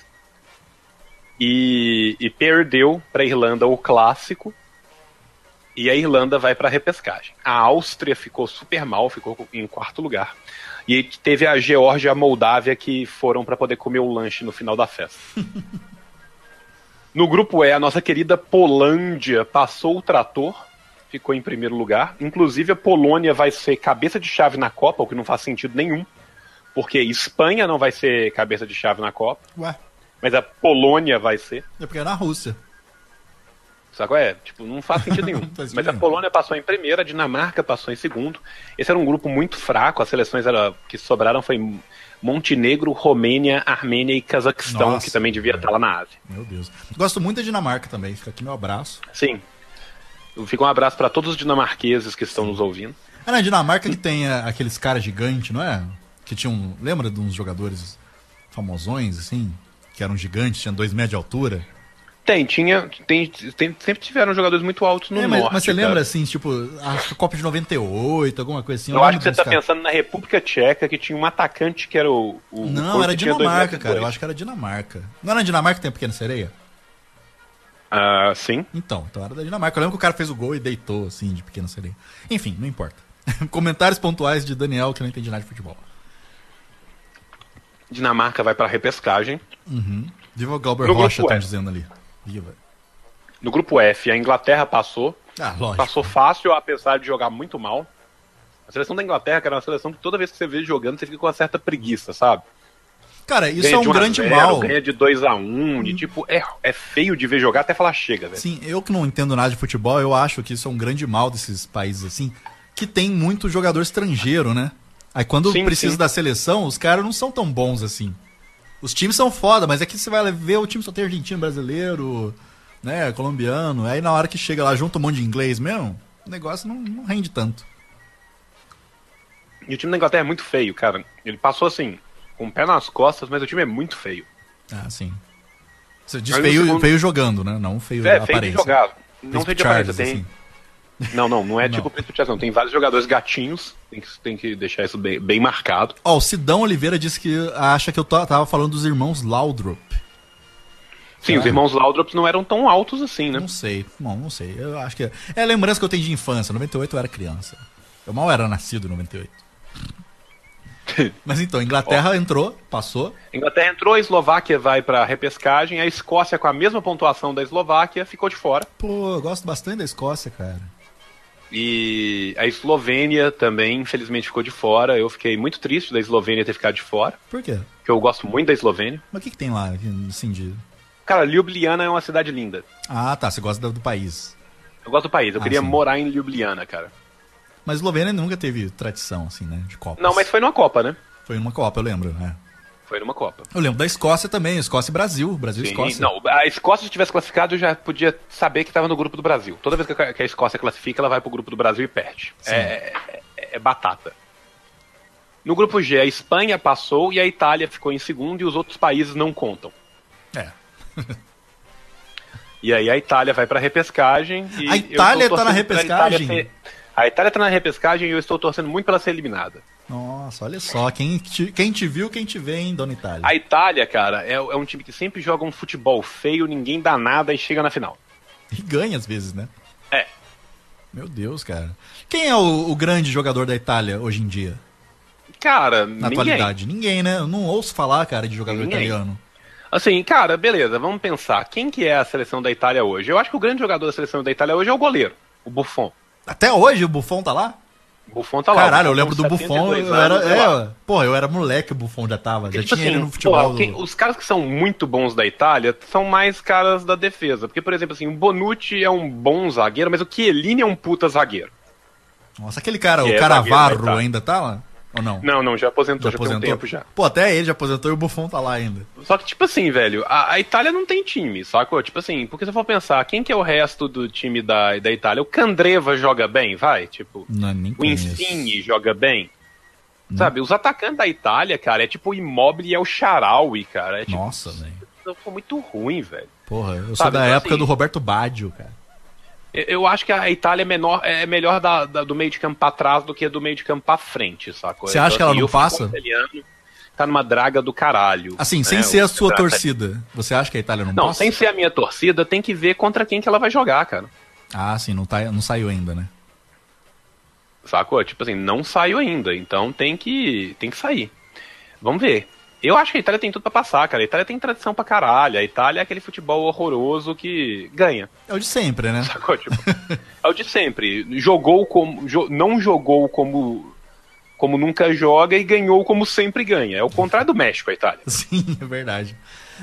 E, e perdeu para a Irlanda o clássico. E a Irlanda vai para a repescagem. A Áustria ficou super mal, ficou em quarto lugar. E teve a Geórgia e a Moldávia que foram para poder comer o lanche no final da festa. No grupo E, a nossa querida Polândia passou o trator, ficou em primeiro lugar. Inclusive, a Polônia vai ser cabeça de chave na Copa, o que não faz sentido nenhum, porque Espanha não vai ser cabeça de chave na Copa,
Ué,
mas a Polônia vai ser.
é porque é na Rússia.
Sabe qual é? Tipo, não faz sentido nenhum.
Não faz sentido
mas a
nenhum.
Polônia passou em primeiro, a Dinamarca passou em segundo. Esse era um grupo muito fraco, as seleções era, que sobraram foi Montenegro, Romênia, Armênia e Cazaquistão,
Nossa,
que também devia
cara.
estar lá na Ásia.
Meu Deus. Gosto muito da Dinamarca também. Fica aqui meu abraço.
Sim. Fica um abraço para todos os dinamarqueses que estão nos ouvindo.
É na Dinamarca que tem é, aqueles caras gigantes, não é? Que tinham. Lembra de uns jogadores famosões, assim? Que eram gigantes, tinham dois metros de altura.
Tem, tinha. Tem, tem- sempre tiveram jogadores muito altos no
É, mas,
norte.
mas você
cara.
lembra, assim, tipo, a Copa de 98, alguma coisa assim?
Eu acho que você
lembro
tá
dos caras.
pensando na República Tcheca, que tinha um atacante que era o. o
Não,
coisa
era
que tinha dois
Dinamarca,
metros e
cara. Eu
dois.
acho que era Dinamarca. Não era na Dinamarca que tem a Pequena Sereia?
Ah, sim.
Então, então era da Dinamarca. Eu lembro que o cara fez o gol e deitou, assim, de Pequena Sereia. Enfim, não importa. Comentários pontuais de Daniel, que não entende nada de futebol.
Dinamarca vai pra repescagem.
Viva o Galber
No grupo
Rocha, estão
F.
dizendo ali. Viva.
No grupo F, a Inglaterra passou.
Ah, lógico.
Passou fácil, apesar de jogar muito mal. A seleção da Inglaterra, cara, é uma seleção que toda vez que você vê jogando, você fica com uma certa preguiça, sabe?
Cara, isso
Ganha
é
de
um
1 a
grande
0,
mal. Uhum.
Ganha de 2x1, de tipo, é, é feio de ver jogar até falar chega, velho.
Sim, eu que não entendo nada de futebol, eu acho que isso é um grande mal desses países assim, que tem muito jogador estrangeiro, né? Aí quando
Sim,
precisa
sim.
da seleção, os caras não são tão bons assim. Os times são foda, mas aqui você vai ver o time só tem argentino, brasileiro, né, colombiano. Aí na hora que chega lá junto um monte de inglês mesmo, o negócio não, não rende tanto.
E o time da Inglaterra é muito feio, cara. Ele passou assim, com o pé nas costas, mas o time é muito feio.
Ah, sim. Você diz
Aí no
feio,
segundo-
feio jogando, né? Não feio
É,
da
feio de
aparência.
jogar. Não
Príncipe
feio de aparência. Tem...
assim.
Não, não, não é
Não.
tipo o Príncipe Charles, não. Tem vários jogadores gatinhos, tem que, tem que deixar isso bem, bem marcado.
Ó, o Sidão Oliveira disse que acha que eu to- tava falando dos irmãos Laudrup.
Sim, os irmãos Laudrup não eram tão altos assim, né?
Não sei, bom, não sei. Eu acho que é. É a lembrança que eu tenho de infância. 98 eu era criança. Eu mal era nascido em 98. Mas então, Inglaterra entrou, passou.
A Inglaterra entrou, a Eslováquia vai pra repescagem, a Escócia, com a mesma pontuação da Eslováquia, ficou de fora.
Pô, eu gosto bastante da Escócia, cara.
E a Eslovênia também, infelizmente, ficou de fora. Eu fiquei muito triste da Eslovênia ter ficado de fora,
Por quê?
porque eu gosto muito da Eslovênia.
Mas o que, que tem lá, assim, de...
Cara, Ljubljana é uma cidade linda.
Ah, tá, você gosta do, do país.
Eu gosto do país, eu
Ah,
queria
sim.
morar em Ljubljana, cara.
Mas Eslovênia nunca teve tradição, assim, né, de Copas.
Não, mas foi numa Copa, né?
Foi numa Copa, eu lembro, né?
Foi numa Copa.
Eu lembro da Escócia também, Escócia e Brasil, Brasil e
Sim,
Escócia.
Não, a Escócia, se tivesse classificado, eu já podia saber que estava no grupo do Brasil. Toda vez que a que a Escócia classifica, ela vai pro grupo do Brasil e perde.
Sim.
É, é- é batata. No grupo G, a Espanha passou e a Itália ficou em segundo e os outros países não contam.
É.
E aí a Itália vai pra repescagem. E
A
eu
Itália
estou
tá na
torcendo pra Itália
repescagem?
ser- A Itália tá na repescagem e eu estou torcendo muito pra ela ser eliminada.
Nossa, olha só, quem te, quem te viu, quem te vê, hein, Dona Itália.
A Itália, cara, é, é um time que sempre joga um futebol feio, ninguém dá nada e chega na final.
E ganha às vezes, né?
É.
Meu Deus, cara. Quem é o, o grande jogador da Itália hoje em dia?
Cara,
Na
ninguém.
atualidade? Ninguém, né? Eu não ouço falar, cara, de jogador
Ninguém.
italiano.
Assim, cara, beleza, vamos pensar. Quem que é a seleção da Itália hoje? Eu acho que o grande jogador da seleção da Itália hoje é o goleiro, o Buffon.
Até hoje o Buffon tá lá?
O Buffon tá lá.
Caralho, eu
o
lembro do
com
Buffon.
72
Eu era,
anos,
é,
tá lá.
ó, porra, eu era moleque, o Buffon já tava. Já
Tipo
tinha ele
assim,
no futebol.
pô, quem- os caras que são muito bons da Itália são mais caras da defesa. Porque, por exemplo, assim, o Bonucci é um bom zagueiro, mas o Chiellini é um puta zagueiro.
Nossa, aquele cara,
Que
o
é zagueiro da
Caravarro
Itália.
ainda tá lá? Ou não?
Não, não, já aposentou,
Já
já, tem um
aposentou?
tempo já.
Pô, até ele já aposentou e o Buffon tá lá ainda.
Só que, tipo assim, velho, a, a Itália não tem time, sacou? Tipo assim, porque se eu for pensar, quem que é o resto do time da, da Itália? O Candreva joga bem, vai? Tipo,
Não, nem
o
conheço.
Insigne joga bem. Sabe, os atacantes da Itália, cara, é tipo o Immobile e é o Charaui, cara. É tipo,
Nossa, velho.
foi muito ruim, velho.
Porra, eu sou
Sabe,
da
então,
época
assim-
do Roberto Baggio, cara.
Eu- Eu acho que a Itália é, menor, é melhor da, da- do meio de campo pra trás do que do meio de campo pra frente, sacou?
Você acha que ela
assim,
não
eu fico
passa?
italiano, Tá numa draga do caralho.
Assim,
né?
sem ser a
O-
sua
tá-
torcida, você acha que a Itália não,
Não,
passa?
sem ser a minha torcida, tem que ver contra quem que ela vai jogar, cara.
Ah, sim, não, tá, não saiu ainda, né?
Sacou? Tipo assim, não saiu ainda, então tem que tem que sair. Vamos ver. Eu acho que a Itália tem tudo pra passar, cara. A Itália tem tradição pra caralho. A Itália é aquele futebol horroroso que ganha.
É o de sempre, né?
Sacou? Tipo, é o de sempre. Jogou como jo- não jogou como como nunca joga e ganhou como sempre ganha. É o contrário do México, a Itália.
Sim, é verdade.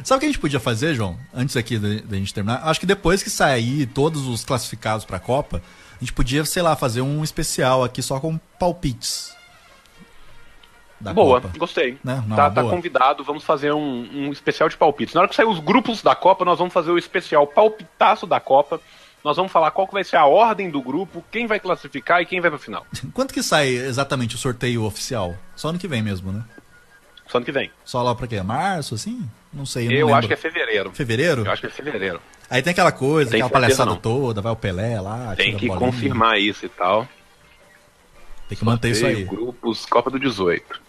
Sabe o que a gente podia fazer, João? Antes aqui da, da gente terminar, acho que depois que sair todos os classificados pra Copa, a gente podia, sei lá, fazer um especial aqui só com palpites. Da
boa,
Copa.
gostei.
Né? Não,
tá,
uma
tá
boa.
convidado, vamos fazer um, um especial de palpites. Na hora que sair os grupos da Copa, nós vamos fazer o especial palpitaço da Copa. Nós vamos falar qual que vai ser a ordem do grupo, quem vai classificar e quem vai pra final.
Quanto que sai exatamente o sorteio oficial? Só ano que vem mesmo, né?
Só ano que vem.
Só lá pra quê? Março, assim? Não sei.
Eu,
não
acho que é
lembro.
fevereiro.
Fevereiro?
Eu acho que é fevereiro.
Aí tem aquela coisa,
Tem
aquela
certeza,
palhaçada
não.
toda, vai o Pelé lá.
Tem
tira a
que
bolinha.
confirmar isso e tal.
Tem que manter É isso aí.
Sorteio, Grupos, Copa do 18.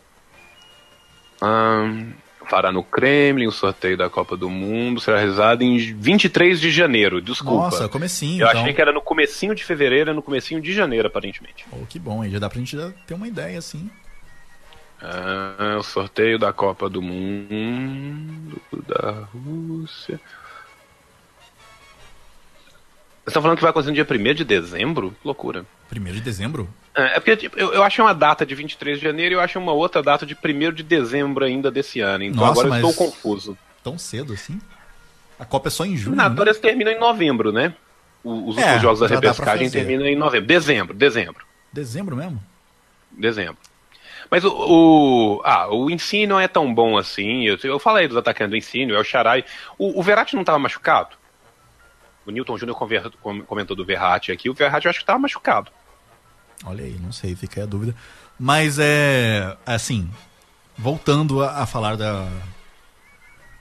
Ahn, Fará no Kremlin, o sorteio da Copa do Mundo será realizado em 23 de janeiro. Desculpa.
Nossa, comecinho,
Eu
então.
achei que era no comecinho de fevereiro, é no comecinho de janeiro, aparentemente.
Oh, que bom, aí já dá pra gente já ter uma ideia, assim.
Ah, o sorteio da Copa do Mundo da Rússia. Vocês estão falando que vai acontecer no dia 1 de dezembro? Que loucura.
Primeiro de dezembro?
É é porque tipo, eu, eu achei uma data de 23 de janeiro e eu achei uma outra data de 1 de dezembro ainda desse ano. Então
Nossa,
agora
mas-
eu estou confuso.
Tão cedo assim? A Copa é só em
Os
julho. né?
eliminatórias terminam em novembro, né? O- Os
É,
últimos jogos da
já dá pra
repescagem
fazer.
terminam em novembro. Dezembro, dezembro.
Dezembro mesmo?
Dezembro. Mas o, o- ah, o ensino não é tão bom assim. Eu, eu falei dos atacantes do ensino, é o Xarai. O, o Verratti não estava machucado? O Newton Júnior conver- com- comentou do Verratti aqui. O Verratti eu acho que estava machucado.
Olha aí, não sei, fica aí a dúvida. Mas é. Assim, voltando a, a falar da.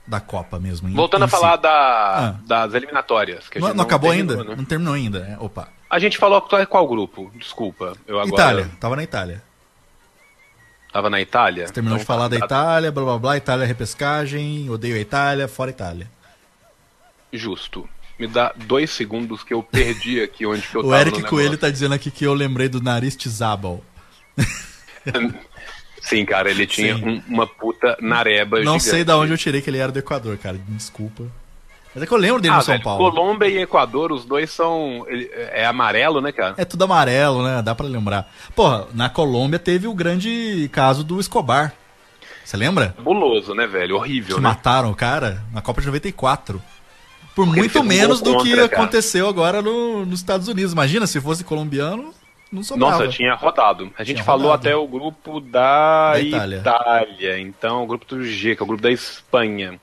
Da Copa mesmo. em-
Voltando
em
a
si.
falar da-
Hum, Ah.
das eliminatórias. que a
Não,
gente
não acabou
terminou,
ainda?
né?
Não terminou ainda. né? Opa.
A gente falou qual, é qual grupo? Desculpa. Eu agora
Itália, tava na Itália.
Tava na Itália.
Você terminou
Então,
de falar da
tá-
Itália, blá blá blá, Itália é repescagem, odeio a Itália, fora a Itália.
Justo. Me dá dois segundos que eu perdi aqui onde que eu
O
tava
Eric
no
Coelho
negócio.
tá dizendo aqui que eu lembrei do nariz Tizabal.
Sim, cara, ele tinha
Sim.
um- uma puta nareba
Não sei
gigante.
da onde eu tirei que ele era do Equador, cara. Desculpa. Mas é que eu lembro dele
Ah,
no São
velho,
Paulo.
Colômbia e Equador, os dois são. ele- É amarelo, né, cara?
É tudo amarelo, né? Dá pra lembrar. Porra, na Colômbia teve o grande caso do Escobar. Você lembra?
Buloso, né, velho?
Que
Horrível, né?
mataram o cara na Copa de 94. Por
Porque ele
muito
fez um
menos
gol
do que
contra, cara.
aconteceu agora no- nos Estados Unidos. Imagina, se fosse colombiano, não sobrava.
Nossa, tinha rodado. A gente
Tinha
falou
rodado.
até o grupo da,
Da Itália.
Itália. Então, o grupo do G, que é o grupo da Espanha.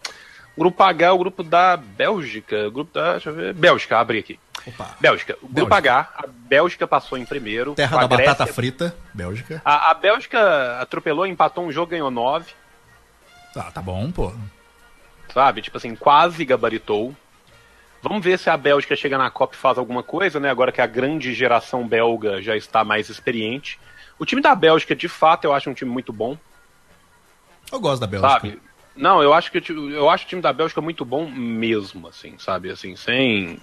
O grupo H é o grupo da Bélgica. O grupo da. Deixa eu ver. Bélgica, abri aqui.
Opa.
Bélgica. O grupo
Bélgica.
H, a Bélgica passou em primeiro.
Terra
a
da
Grécia-
batata frita, Bélgica.
A, a Bélgica atropelou, empatou um jogo, ganhou nove.
Ah, tá bom, pô.
sabe? Tipo assim, quase gabaritou. Vamos ver se a Bélgica chega na Copa e faz alguma coisa, né? Agora que a grande geração belga já está mais experiente. O time da Bélgica, de fato, eu acho um time muito bom,
Eu gosto da Bélgica.
sabe? Não, eu acho que o ti- eu acho o time da Bélgica é muito bom mesmo, assim, sabe? Assim, sem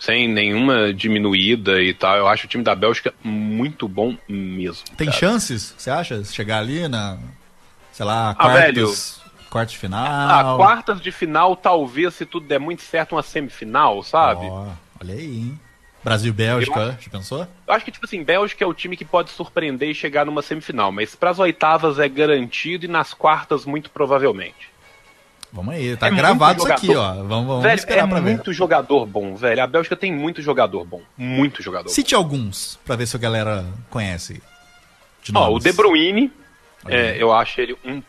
sem nenhuma diminuída e tal. Eu acho o time da Bélgica muito bom mesmo.
Tem
cara.
chances, você acha? Chegar ali na, sei lá,
Ah,
quartos, quartos de
Ah,
final.
quartas de final, talvez, se tudo der muito certo, uma semifinal, sabe?
Ó, olha aí, hein? Brasil e Bélgica, ó, já pensou?
Eu acho que, tipo assim, Bélgica é o time que pode surpreender e chegar numa semifinal, mas pras oitavas é garantido e nas quartas, muito provavelmente.
Vamos aí, tá
É muito
gravado isso aqui, ó.
jogador.
Vamos, vamos
velho,
esperar
é
pra ver.
muito jogador bom, velho. A Bélgica tem muito jogador bom. Muito jogador
Cite alguns, pra ver se a galera conhece. de
bom. Ó, o
nomes.
De Bruyne, É, eu acho ele um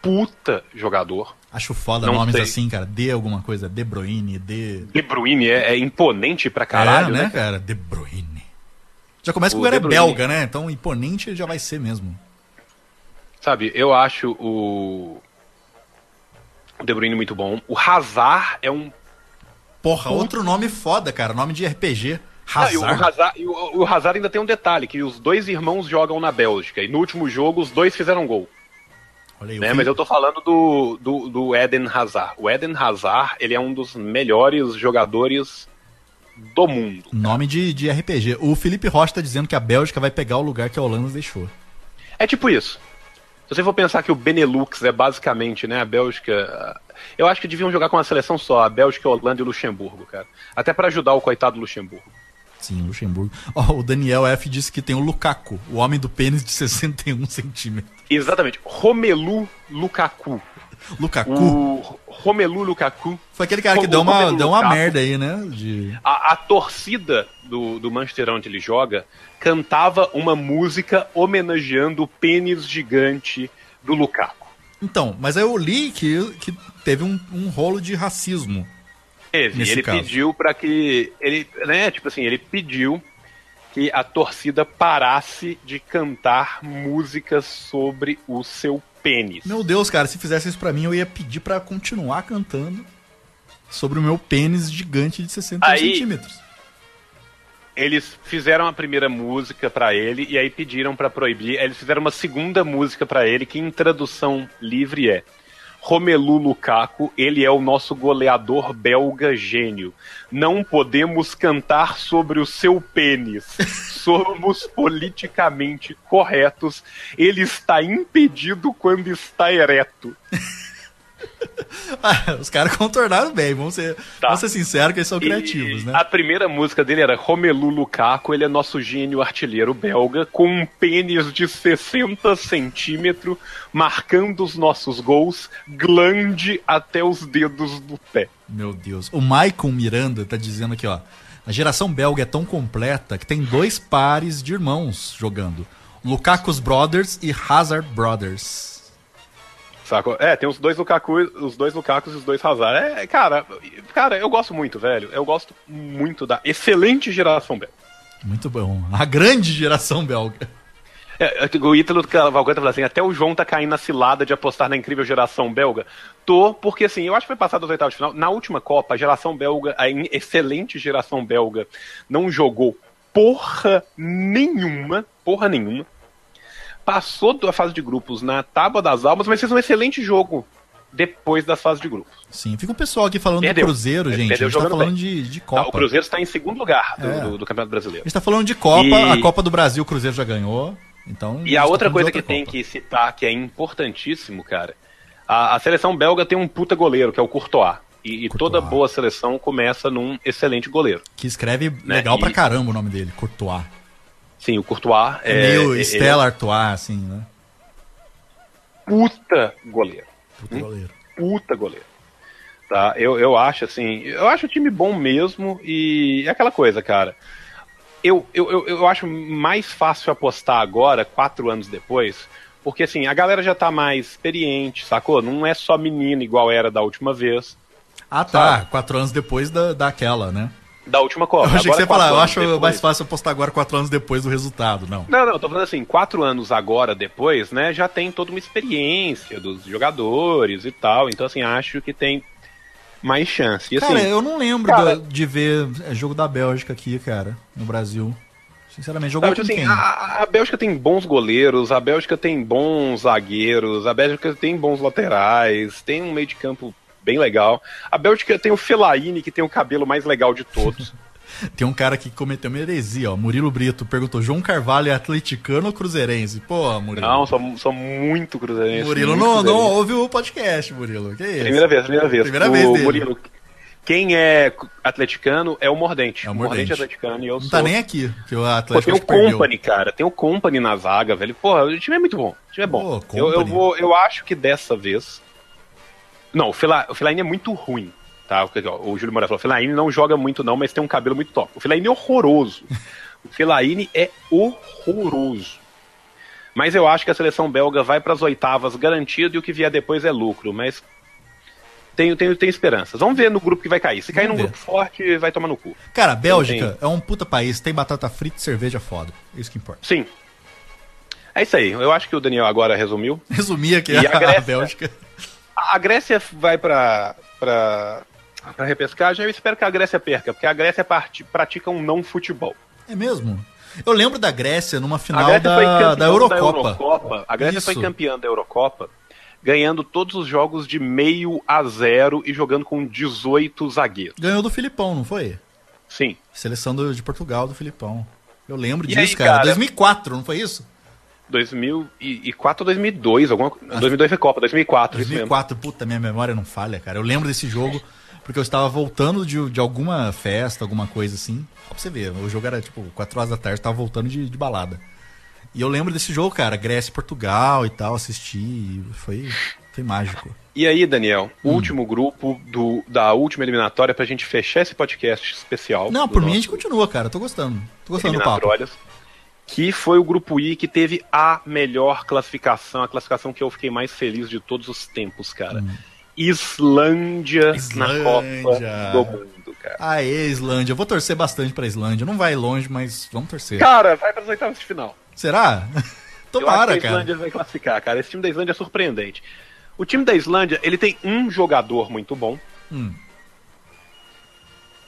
puta jogador.
Acho foda
Não
nomes
sei.
assim, cara. De alguma coisa. De Bruyne, De.
De Bruyne é, é imponente pra caralho,
é,
né?
né, cara? De Bruyne. Já começa que o
O
cara é
De Bruyne.
belga, né? Então imponente ele já vai ser mesmo.
Sabe, eu acho o o De Bruyne muito bom. O Hazard é um.
Porra, outro nome foda, cara. Nome de RPG.
Ah, e o, o
Hazard.
Hazard, e o- o Hazard ainda tem um detalhe, que os dois irmãos jogam na Bélgica. E no último jogo, os dois fizeram gol.
Olha aí,
Né?
vi-
Mas eu tô falando do, do, do Eden Hazard. O Eden Hazard, ele é um dos melhores jogadores do mundo.
Nome de, de RPG. O Felipe Rocha tá dizendo que a Bélgica vai pegar o lugar que a Holanda deixou.
É tipo isso. Se você for pensar que o Benelux é basicamente, né, a Bélgica... Eu acho que deviam jogar com uma seleção só, a Bélgica, a Holanda e o Luxemburgo, cara. Até pra ajudar o coitado Luxemburgo.
Sim, Luxemburgo. Ó, o Daniel F disse que tem o Lukaku, o homem do pênis de 61 centímetros.
Exatamente. Romelu Lukaku.
Lukaku
O Romelu Lukaku
foi aquele cara que
o-
deu
o
uma,
Romelu
deu uma
Lukaku.
merda aí, né? De...
A, a torcida do, do Manchester onde ele joga cantava uma música homenageando o pênis gigante do Lukaku.
Então, mas aí eu li que, que teve um, um rolo de racismo.
Teve,
Nesse
ele
caso.
pediu pra que ele, né, tipo assim, ele pediu que a torcida parasse de cantar músicas sobre o seu pênis.
Meu Deus, cara, se fizesse isso pra mim, eu ia pedir pra continuar cantando sobre o meu pênis gigante de 61
Aí-
centímetros.
Eles fizeram a primeira música pra ele e aí pediram pra proibir. Aí Eles fizeram uma segunda música pra ele que em tradução livre é Romelu Lukaku, ele é o nosso goleador belga gênio. Não podemos cantar sobre o seu pênis. Somos politicamente corretos. Ele está impedido quando está ereto.
Ah, os caras contornaram bem, vamos ser,
Tá.
vamos ser sinceros que eles são
E
criativos, né?
A primeira música dele era Romelu Lukaku, ele é nosso gênio artilheiro belga, com um pênis de 60 centímetros, marcando os nossos gols, glande até os dedos do pé.
Meu Deus. O Maicon Miranda tá dizendo aqui, ó. A geração belga é tão completa que tem dois pares de irmãos jogando. Lukaku's Brothers e Hazard Brothers.
Saco? É, tem os dois Lukaku, os dois Lukakus e os dois Hazard. É, cara, cara, eu gosto muito, velho. Eu gosto muito da excelente geração belga.
Muito bom. A grande geração belga.
É, é, o Ítalo Cavalcante fala assim, até o João tá caindo na cilada de apostar na incrível geração belga. Tô, porque assim, eu acho que vai passar dos oitavos de final. Na última Copa, a geração belga, a in- excelente geração belga, não jogou porra nenhuma, porra nenhuma. Passou da fase de grupos na Tábua das Almas, mas fez um excelente jogo depois da fase de grupos.
Sim, fica o pessoal aqui falando do
Perdeu.
Cruzeiro, gente.
Perdeu
a gente tá
jogando
falando
bem.
de, de
Tá,
Copa.
o Cruzeiro está em segundo lugar do,
É.
do- do Campeonato Brasileiro.
A gente tá falando de Copa,
E-
a Copa do Brasil o Cruzeiro já ganhou. Então,
E a outra coisa que tem
que
que citar, que é importantíssimo, cara, a, a seleção belga tem um puta goleiro, que é o Courtois. E, e
Courtois.
toda boa seleção começa num excelente goleiro.
Que escreve legal
né, E-
pra caramba o nome dele, Courtois.
Sim, o Courtois
É,
é,
meio
ele
Stella Artois, assim, né?
é um puta goleiro.
Puta
Hum?
goleiro.
Puta goleiro. Tá? Eu, eu acho, assim, eu acho o time bom mesmo e é aquela coisa, cara. Eu, eu, eu, eu acho mais fácil apostar agora, quatro anos depois, porque assim, a galera já tá mais experiente, sacou? Não é só menino igual era da última vez.
Ah, tá. Quatro anos depois da, daquela, né?
da última Copa.
Eu achei que
Agora,
você ia falar,
quatro
eu
anos
acho
depois-
mais fácil apostar agora quatro anos depois do resultado. Não.
Não, não, eu tô falando assim, quatro anos agora depois, né, já tem toda uma experiência dos jogadores e tal, então assim, acho que tem mais chance. E assim,
cara, eu não lembro
cara-
do- de ver é, jogo da Bélgica aqui, cara, no Brasil. Sinceramente, jogou
sabe,
com
tipo assim,
quem?
a, a Bélgica tem bons goleiros, a Bélgica tem bons zagueiros, a Bélgica tem bons laterais, tem um meio de campo bem legal. A Bélgica tem o Fellaini, que tem o cabelo mais legal de todos.
Tem um cara que cometeu uma heresia, ó. Murilo Brito perguntou: João Carvalho é atleticano ou cruzeirense? Pô, Murilo.
não, são, são muito cruzeirenses.
Murilo
muito
não, não
cruzeirenses.
ouve o podcast, Murilo. Que isso?
Primeira vez, primeira vez.
Primeira
o
vez dele.
Murilo. Quem é atleticano é o Mordente.
É o
o
Mordente.
Mordente é atleticano e eu
Não
sou.
tá nem aqui, que o
Pô,
Atlético
tem o
acho que perdeu.
Company, cara. Tem o Company na zaga, velho. Porra, o time é muito bom. O time é bom.
Pô,
eu, eu,
Company.
vou, eu acho que dessa vez. Não, o Fela- o Fellaini é muito ruim. Tá? Porque, ó, O Júlio Moura falou: o Fellaini não joga muito, não, mas tem um cabelo muito top. O Fellaini é horroroso. o Fellaini é horroroso. Mas eu acho que a seleção belga vai para as oitavas garantido e o que vier depois é lucro. Mas tenho, tenho, tenho esperanças. Vamos ver no grupo que vai cair. Se cair
Vamos
num
ver.
grupo forte, vai tomar no cu.
Cara, Bélgica
Entendi.
é um puta país, tem batata frita e cerveja foda. Isso que importa.
Sim. É isso aí. Eu acho que o Daniel agora resumiu.
Resumir aqui
E a
a,
Grécia?
Bélgica.
A a Grécia vai para para para repescagem. Eu espero que a Grécia perca, porque a Grécia parti- pratica um não futebol.
É mesmo? Eu lembro da Grécia numa
A
final
Grécia foi
da,
campeã
da Eurocopa.
A Grécia foi
Isso.
campeã da Eurocopa, ganhando todos os jogos de meio a zero e jogando com 18 zagueiros.
Ganhou do Filipão, não foi?
Sim.
Seleção do- de Portugal, do Filipão. Eu lembro
E
disso,
aí,
cara.
cara?
2004, não foi isso?
2004 ou 2002, alguma co- 2002 foi Copa, 2004, isso mesmo.
2004, puta, minha memória não falha, cara. Eu lembro desse jogo porque eu estava voltando de, de alguma festa, alguma coisa assim. Ó, pra você ver, o jogo era tipo 4 horas da tarde, eu tava voltando de, de balada. E eu lembro desse jogo, cara, Grécia e Portugal e tal, assisti, e foi, foi mágico.
E aí, Daniel,
Hum.
o último grupo do, da última eliminatória pra gente fechar esse podcast especial.
Não,
do
por mim a
nosso-
gente continua, cara. eu Tô gostando. Tô gostando do papo.
eliminatórias, que foi o grupo I que teve a melhor classificação, a classificação que eu fiquei mais feliz de todos os tempos, cara.
Hum.
Islândia,
Islândia.
na Copa do Mundo, cara.
Aê, Islândia. Eu vou torcer bastante pra Islândia. Não vai longe, mas vamos torcer.
Cara, vai para as oitavas de final.
Será?
eu
Tomara,
acho que a
cara.
Islândia vai classificar, cara. Esse time da Islândia é surpreendente. O time da Islândia, ele tem um jogador muito bom.
Hum.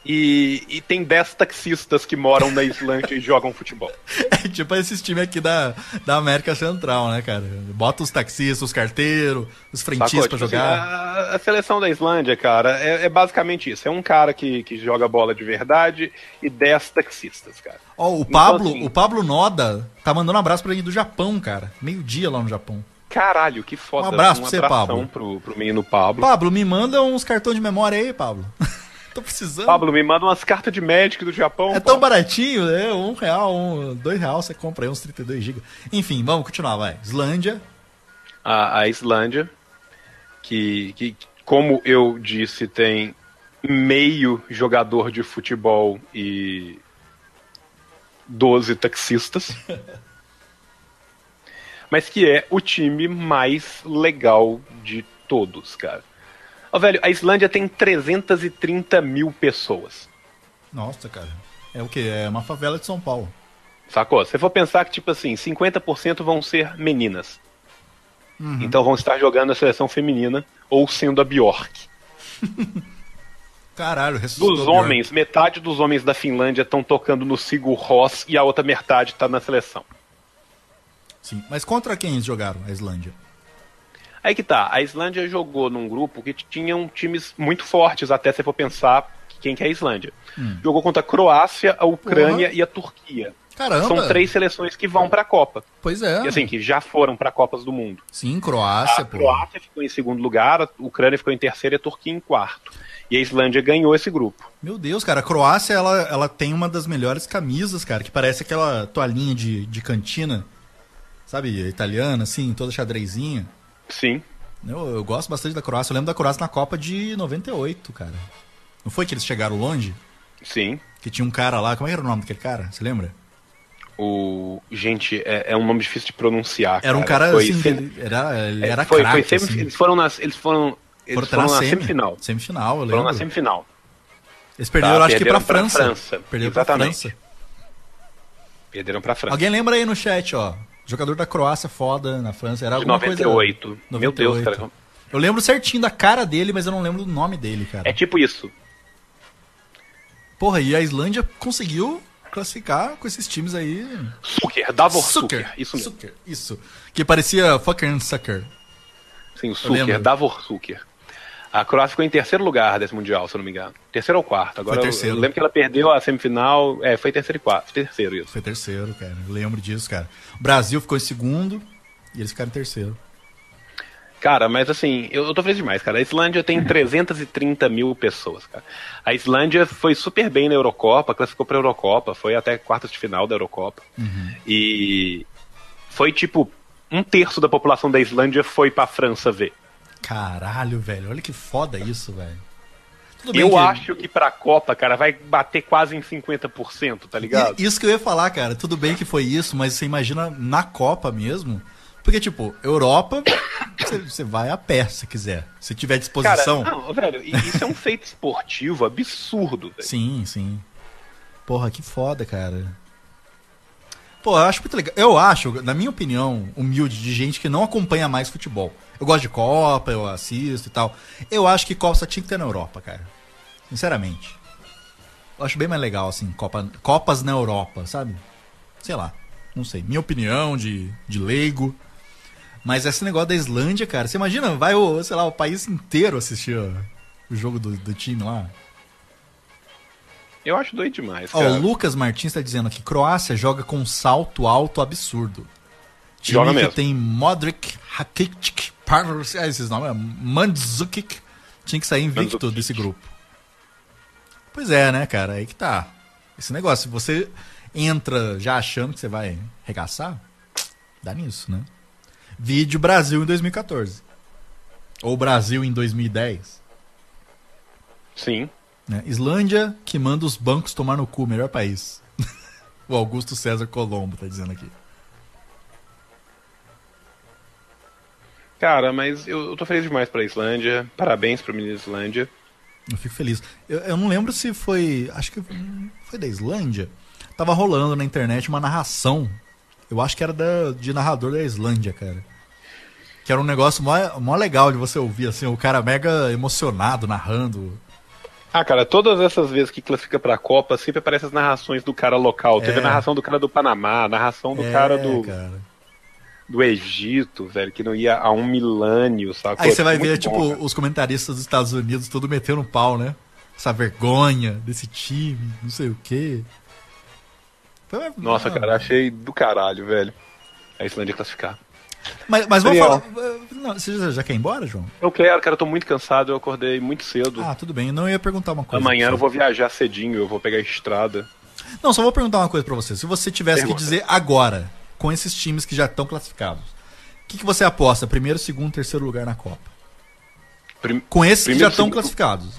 E, e tem 10 taxistas que moram na Islândia e jogam futebol.
É tipo esses times aqui da, da América Central, né, cara? Bota os taxistas, os carteiros, os frentistas
Sacou?
pra
Tipo assim,
jogar.
a, a seleção da Islândia, cara, é, é basicamente isso. É um cara que, que joga bola de verdade e 10 taxistas, cara.
Ó, o
então,
Pablo,
assim-
o Pablo Noda tá mandando um abraço pra gente do Japão, cara. Meio-dia lá no Japão.
Caralho, que foda.
Um abraço pra você,
abração
Pablo.
Pro, pro menino Pablo.
Pablo, me manda uns cartões de memória aí, Pablo. Tô precisando.
Pablo, me manda umas cartas de médico do Japão.
é
Pablo.
tão baratinho, é um real, um, dois real, você compra aí uns 32 GB. Enfim, vamos continuar, vai. Islândia,
a, a Islândia, que, que, como eu disse, tem meio jogador de futebol e 12 taxistas. Mas que é o time mais legal de todos, cara. Ó, velho, a Islândia tem 330 mil pessoas.
nossa, cara. É o quê? É uma favela de São Paulo.
Sacou? Se você for pensar que, tipo assim, 50% vão ser meninas. Então vão estar jogando a seleção feminina ou sendo a Bjork.
Caralho, ressuscitou.
Dos
o Bjork.
homens, metade dos homens da Finlândia estão tocando no Sigur Rós e a outra metade tá na seleção.
Sim, mas contra quem eles jogaram a Islândia?
Aí que tá, a Islândia jogou num grupo que tinham times muito fortes, até se for pensar quem que é a Islândia. Jogou contra a Croácia, a Ucrânia e a Turquia.
Caramba!
São três seleções que vão pra Copa.
Pois é.
E assim, que já foram pra Copas do Mundo.
Sim,
A
Croácia, pô.
Ah, Croácia ficou em segundo lugar, a Ucrânia ficou em terceiro e a Turquia em quarto. E a Islândia ganhou esse grupo.
Meu Deus, cara, a Croácia, ela, ela tem uma das melhores camisas, cara, que parece aquela toalhinha de, de cantina, sabe, italiana, assim, toda xadrezinha.
Sim.
Eu, eu gosto bastante da Croácia, eu lembro da Croácia na Copa de 98, cara. Não foi que eles chegaram longe?
Sim.
Que tinha um cara lá, como era o nome daquele cara? Você lembra?
O. Gente, é, é um nome difícil de pronunciar.
Era um cara,
Foi
assim, que
sem- é,
ele era, ele era
foi,
craque,
foi sempre-
assim.
Eles foram nas. Eles foram.
Foram
Eles foram
na
na
semi-
semifinal.
Semifinal, eu
Foram
lembro.
na semifinal.
Eles perderam,
Tá,
acho que pra,
perderam pra
França.
França.
Perderam
Exatamente.
pra França.
Perderam pra França.
Alguém lembra aí no chat, ó. Jogador da Croácia foda na França. Era
De
alguma coisa-
98. Meu Deus,
98.
cara.
Eu lembro certinho da cara dele, mas eu não lembro do nome dele, cara.
É tipo isso.
Porra, e a Islândia conseguiu classificar com esses times aí.
Sucker, Davor Tá Sucker. Isso mesmo.
Sucker, isso. Que parecia fucking sucker.
Sim, o
lembro.
Sucker, Davor Sucker. A Croácia ficou em terceiro lugar desse Mundial, se eu não me engano. Terceiro ou quarto. Agora eu-
terceiro.
Eu lembro que ela perdeu a semifinal. É, foi terceiro e quarto. Terceiro, isso.
Foi terceiro, cara. Eu lembro disso, cara. O Brasil ficou em segundo e eles ficaram em terceiro.
Cara, mas assim, eu, eu tô feliz demais, cara. A Islândia tem 330 mil pessoas, cara. A Islândia foi super bem na Eurocopa, classificou pra Eurocopa, foi até quartas de final da Eurocopa.
Uhum.
E foi tipo, um terço da população da Islândia foi pra França ver.
Caralho, velho. Olha que foda isso, velho. Tudo
eu
que-
acho que pra Copa, cara, vai bater quase em 50%, tá ligado?
I- Isso que eu ia falar, cara. Tudo bem que foi isso, mas você imagina na Copa mesmo? Porque, tipo, Europa, você- você vai a pé se quiser. Se tiver
Cara,
disposição.
não, velho, i- isso é um feito esportivo absurdo, velho.
Sim, sim. Porra, que foda, cara. Pô, eu acho muito legal. Eu acho, na minha opinião, humilde, de gente que não acompanha mais futebol. Eu gosto de Copa, eu assisto e tal. Eu acho que Copa só tinha que ter na Europa, cara. Sinceramente. Eu acho bem mais legal, assim, Copa, Copas na Europa, sabe? Sei lá. Não sei. Minha opinião de, de leigo. Mas esse negócio da Islândia, cara, você imagina, vai o, sei lá, o país inteiro assistir ó, o jogo do, do time lá.
Eu acho doido demais,
Ó, o
cara.
Lucas Martins tá dizendo aqui, Croácia joga com um salto alto absurdo. Time
Joga
que
mesmo.
tem Modric, Rakitic, Parler, ah, esses nomes, é Mandzukic, tinha que sair invicto
Mandzukic.
desse grupo. Pois é, né, cara, aí que tá. Esse negócio, se você entra já achando que você vai regaçar, dá nisso, né? Vídeo Brasil em 2014. Ou Brasil em 2010.
Sim.
Né? Islândia que manda os bancos tomar no cu, melhor país. o Augusto César Colombo tá dizendo aqui.
Cara, mas eu, eu tô feliz demais pra Islândia. Parabéns pro menino da Islândia.
Eu fico feliz. Eu, eu não lembro se foi. Acho que hum, foi da Islândia. Tava rolando na internet uma narração. Eu acho que era da, de narrador da Islândia, cara. Que era um negócio mó, mó legal de você ouvir, assim, o cara mega emocionado narrando.
Ah, cara, todas essas vezes que classifica pra Copa, sempre aparecem as narrações do cara local. Teve
É.
a narração do cara do Panamá, a narração do
É,
cara, do,
cara.
do Egito, velho, que não ia há um milênio, sacou?
Aí você vai
Muito
ver,
bom,
tipo,
cara.
os comentaristas dos Estados Unidos tudo metendo pau, né? Essa vergonha desse time, não sei o quê. Então é, Foi uma-
Nossa,
uma-
cara, achei do caralho, velho. A Islândia classificar.
Mas, mas vamos
Daniel.
falar. eh, Não, você já, já quer ir embora, João?
Eu quero, cara, eu tô muito cansado, eu acordei muito cedo.
Ah, tudo bem. Eu não ia perguntar uma coisa.
Amanhã
pra
eu
você.
vou viajar cedinho, eu vou pegar a estrada.
Não, só vou perguntar uma coisa pra você. Se você tivesse que
Pergunta.
dizer agora, com esses times que já estão classificados, o que, que você aposta? Primeiro, segundo, terceiro lugar na Copa?
Prim-
Com esses que
Primeiro,
já estão
segundo-
classificados.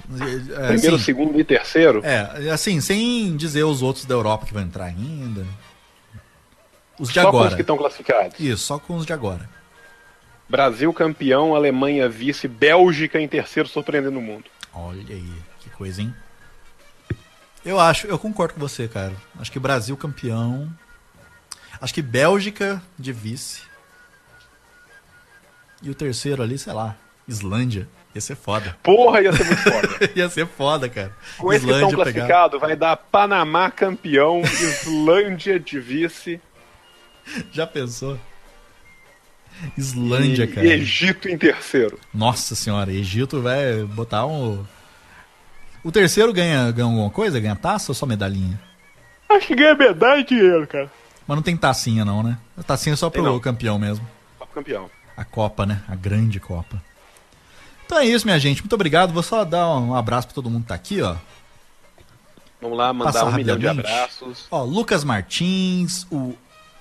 É,
Primeiro,
assim,
segundo e terceiro?
É, assim, sem dizer os outros da Europa que vão entrar ainda. Os de
Só com os
agora.
que estão classificados.
Isso, só com os de agora.
Brasil campeão, Alemanha vice, Bélgica em terceiro, surpreendendo o mundo.
Olha aí, que coisa, hein? Eu acho, eu concordo com você, cara. Acho que Brasil campeão. Acho que Bélgica de vice. E o terceiro ali, sei lá, Islândia. Ia ser foda.
Porra, ia ser muito foda.
Ia ser foda, cara.
Com esses que estão classificados, vai dar Panamá campeão, Islândia de vice
Já pensou? Islândia,
e
cara.
Egito em terceiro.
Nossa senhora, Egito vai botar um. O terceiro ganha, ganha alguma coisa? Ganha taça ou só medalhinha?
Acho que ganha medalha e dinheiro, cara.
Mas não tem tacinha, não, né? A tacinha é só pro
não.
campeão mesmo.
Só pro campeão.
A Copa, né? A grande Copa. Então é isso, minha gente. Muito obrigado. Vou só dar um abraço pra todo mundo que tá aqui, ó.
Vamos lá, mandar
Passar
um milhão de
rapidamente.
abraços.
Ó, Lucas Martins, o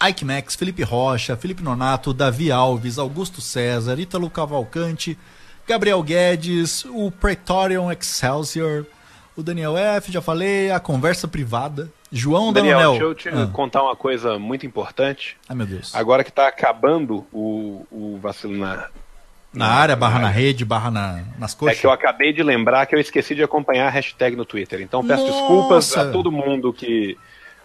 Ike Max, Felipe Rocha, Felipe Nonato, Davi Alves, Augusto César, Ítalo Cavalcante, Gabriel Guedes, o Praetorian Excelsior, o Daniel F, já falei, a conversa privada, João
Daniel,
Daniel.
deixa eu te
um Ah,
contar uma coisa muito importante.
ai, meu Deus.
Agora que tá acabando o, o vacilo na,
Na área, barra na rede, barra na- nas
É
coxas.
que eu acabei de lembrar que eu esqueci de acompanhar a hashtag no Twitter. Então peço
Nossa!
desculpas a todo mundo que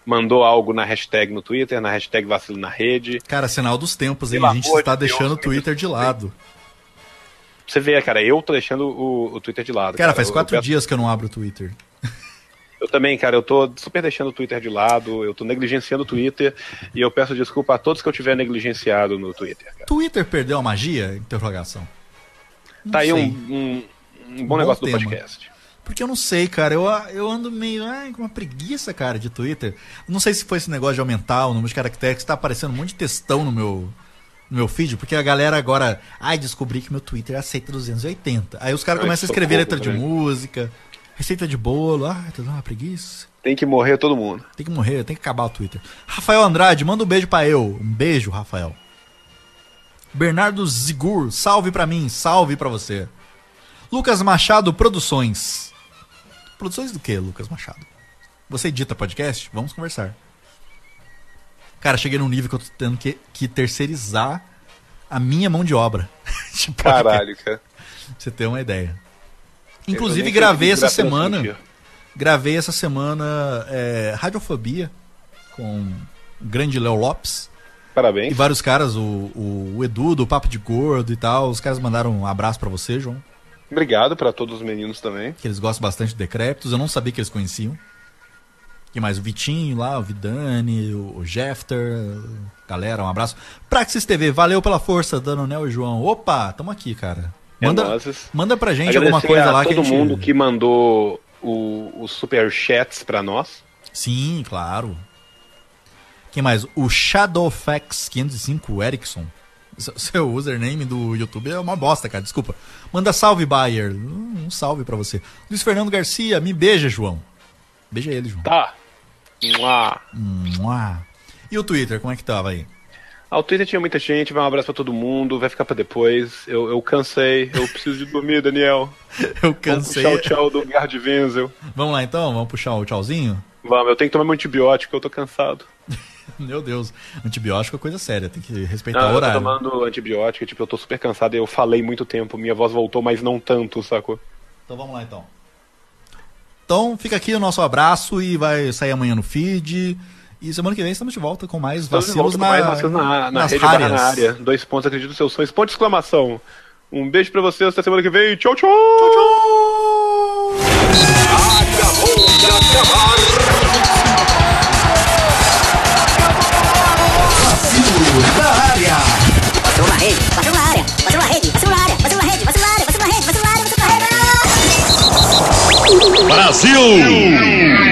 mandou algo na hashtag no Twitter, na hashtag vacilo na rede.
Cara, sinal dos tempos, hein?
Pelo
a gente
amor
está
de Deus,
deixando o
me
Twitter de lado.
Você vê, cara, eu tô deixando o, o Twitter de lado.
Cara, faz
Eu-
quatro
eu, peço-
dias que eu não abro o Twitter.
Eu também, cara, eu tô super deixando o Twitter de lado, eu tô negligenciando o Twitter e eu peço desculpa a todos que eu tiver negligenciado no Twitter. cara.
Twitter perdeu a magia? Interrogação. Não
Tá aí um,
sei.
um- um
Bom
bom negócio
tema.
do podcast.
Porque eu não sei, cara. Eu, eu ando meio. Ai, com uma preguiça, cara, de Twitter. Não sei se foi esse negócio de aumentar o número de caracteres que tá aparecendo um monte de textão no meu. No meu feed, porque a galera agora. Ai, descobri que meu Twitter aceita 280. Aí os caras
Ai,
começam a
que né?
escrever
socorro,
letra de
velho.
música, receita de bolo. Ai, tá dando uma preguiça.
Tem que morrer todo mundo.
Tem que morrer, tem que acabar o Twitter. Rafael Andrade, manda um beijo pra eu. Um beijo, Rafael. Bernardo Zigur, salve pra mim, salve pra você. Lucas Machado Produções. Produções do que, Lucas Machado? Você edita podcast? Vamos conversar. Cara, cheguei num nível que eu tô tendo que, que terceirizar a minha mão de obra. de podcast,
Caralho, cara.
pra você ter uma ideia.
Eu
Inclusive,
nem
gravei
consegui
essa
gravar pra
semana.
sentir.
Gravei essa semana é, Radiofobia com o grande Léo Lopes. E
Parabéns.
vários caras, o, o, o Edu, do Papo de Gordo e tal. Os caras mandaram um abraço pra você, João.
Obrigado pra todos os meninos também.
que eles gostam bastante de Decréptos. Eu não sabia que eles conheciam. Que mais? O Vitinho lá, o Vidani, o o Jefter. Galera, um abraço. Praxis TV, valeu pela força, Danonel e João. Opa, tamo aqui, cara.
É
Manda,
nóis.
manda pra gente
Agradecer
alguma coisa
a
lá que
todo
a gente...
mundo que mandou o- os superchats pra nós.
Sim, claro. Quem mais? O Shadowfax505 Erickson. Se- Seu username do YouTube é uma bosta, cara. Desculpa. Manda salve, Bayer. Um um salve pra você. Luiz Fernando Garcia, me beija, João. Beija ele, João.
Tá. Mua.
Mua. E o Twitter, como é que tava aí?
Ah, o Twitter tinha muita gente, vai um abraço pra todo mundo, vai ficar pra depois. Eu, eu cansei, eu preciso de dormir, Daniel.
Eu
Vamos puxar o tchau do Gard Wenzel.
Vamos lá então, vamos puxar o tchauzinho?
Vamos, eu tenho que tomar meu antibiótico, eu tô cansado.
Meu Deus, antibiótico é coisa séria, tem que respeitar
Não,
o
Ah, eu tô
horário.
tomando antibiótico, tipo, eu tô super cansado, eu falei muito tempo, minha voz voltou, mas não tanto, sacou?
Então vamos lá então. Então fica aqui o nosso abraço e vai sair amanhã no feed. E semana que vem estamos de volta com mais
Estamos de
vacilos
volta com
na,
mais vacilos na, na
nas
rede barra na
áreas.
área. Dois pontos, acredito nos seus sonhos. Ponto de exclamação. Um beijo pra vocês, até semana que vem. tchau! tchau, tchau.
Acabou de acabar. Vacilo da área.
Bateu na rede, bateu na área, bateu na rede, bateu na área, bateu na rede, bateu na área, bateu na rede, bateu na área, bateu na rede.
Brasil!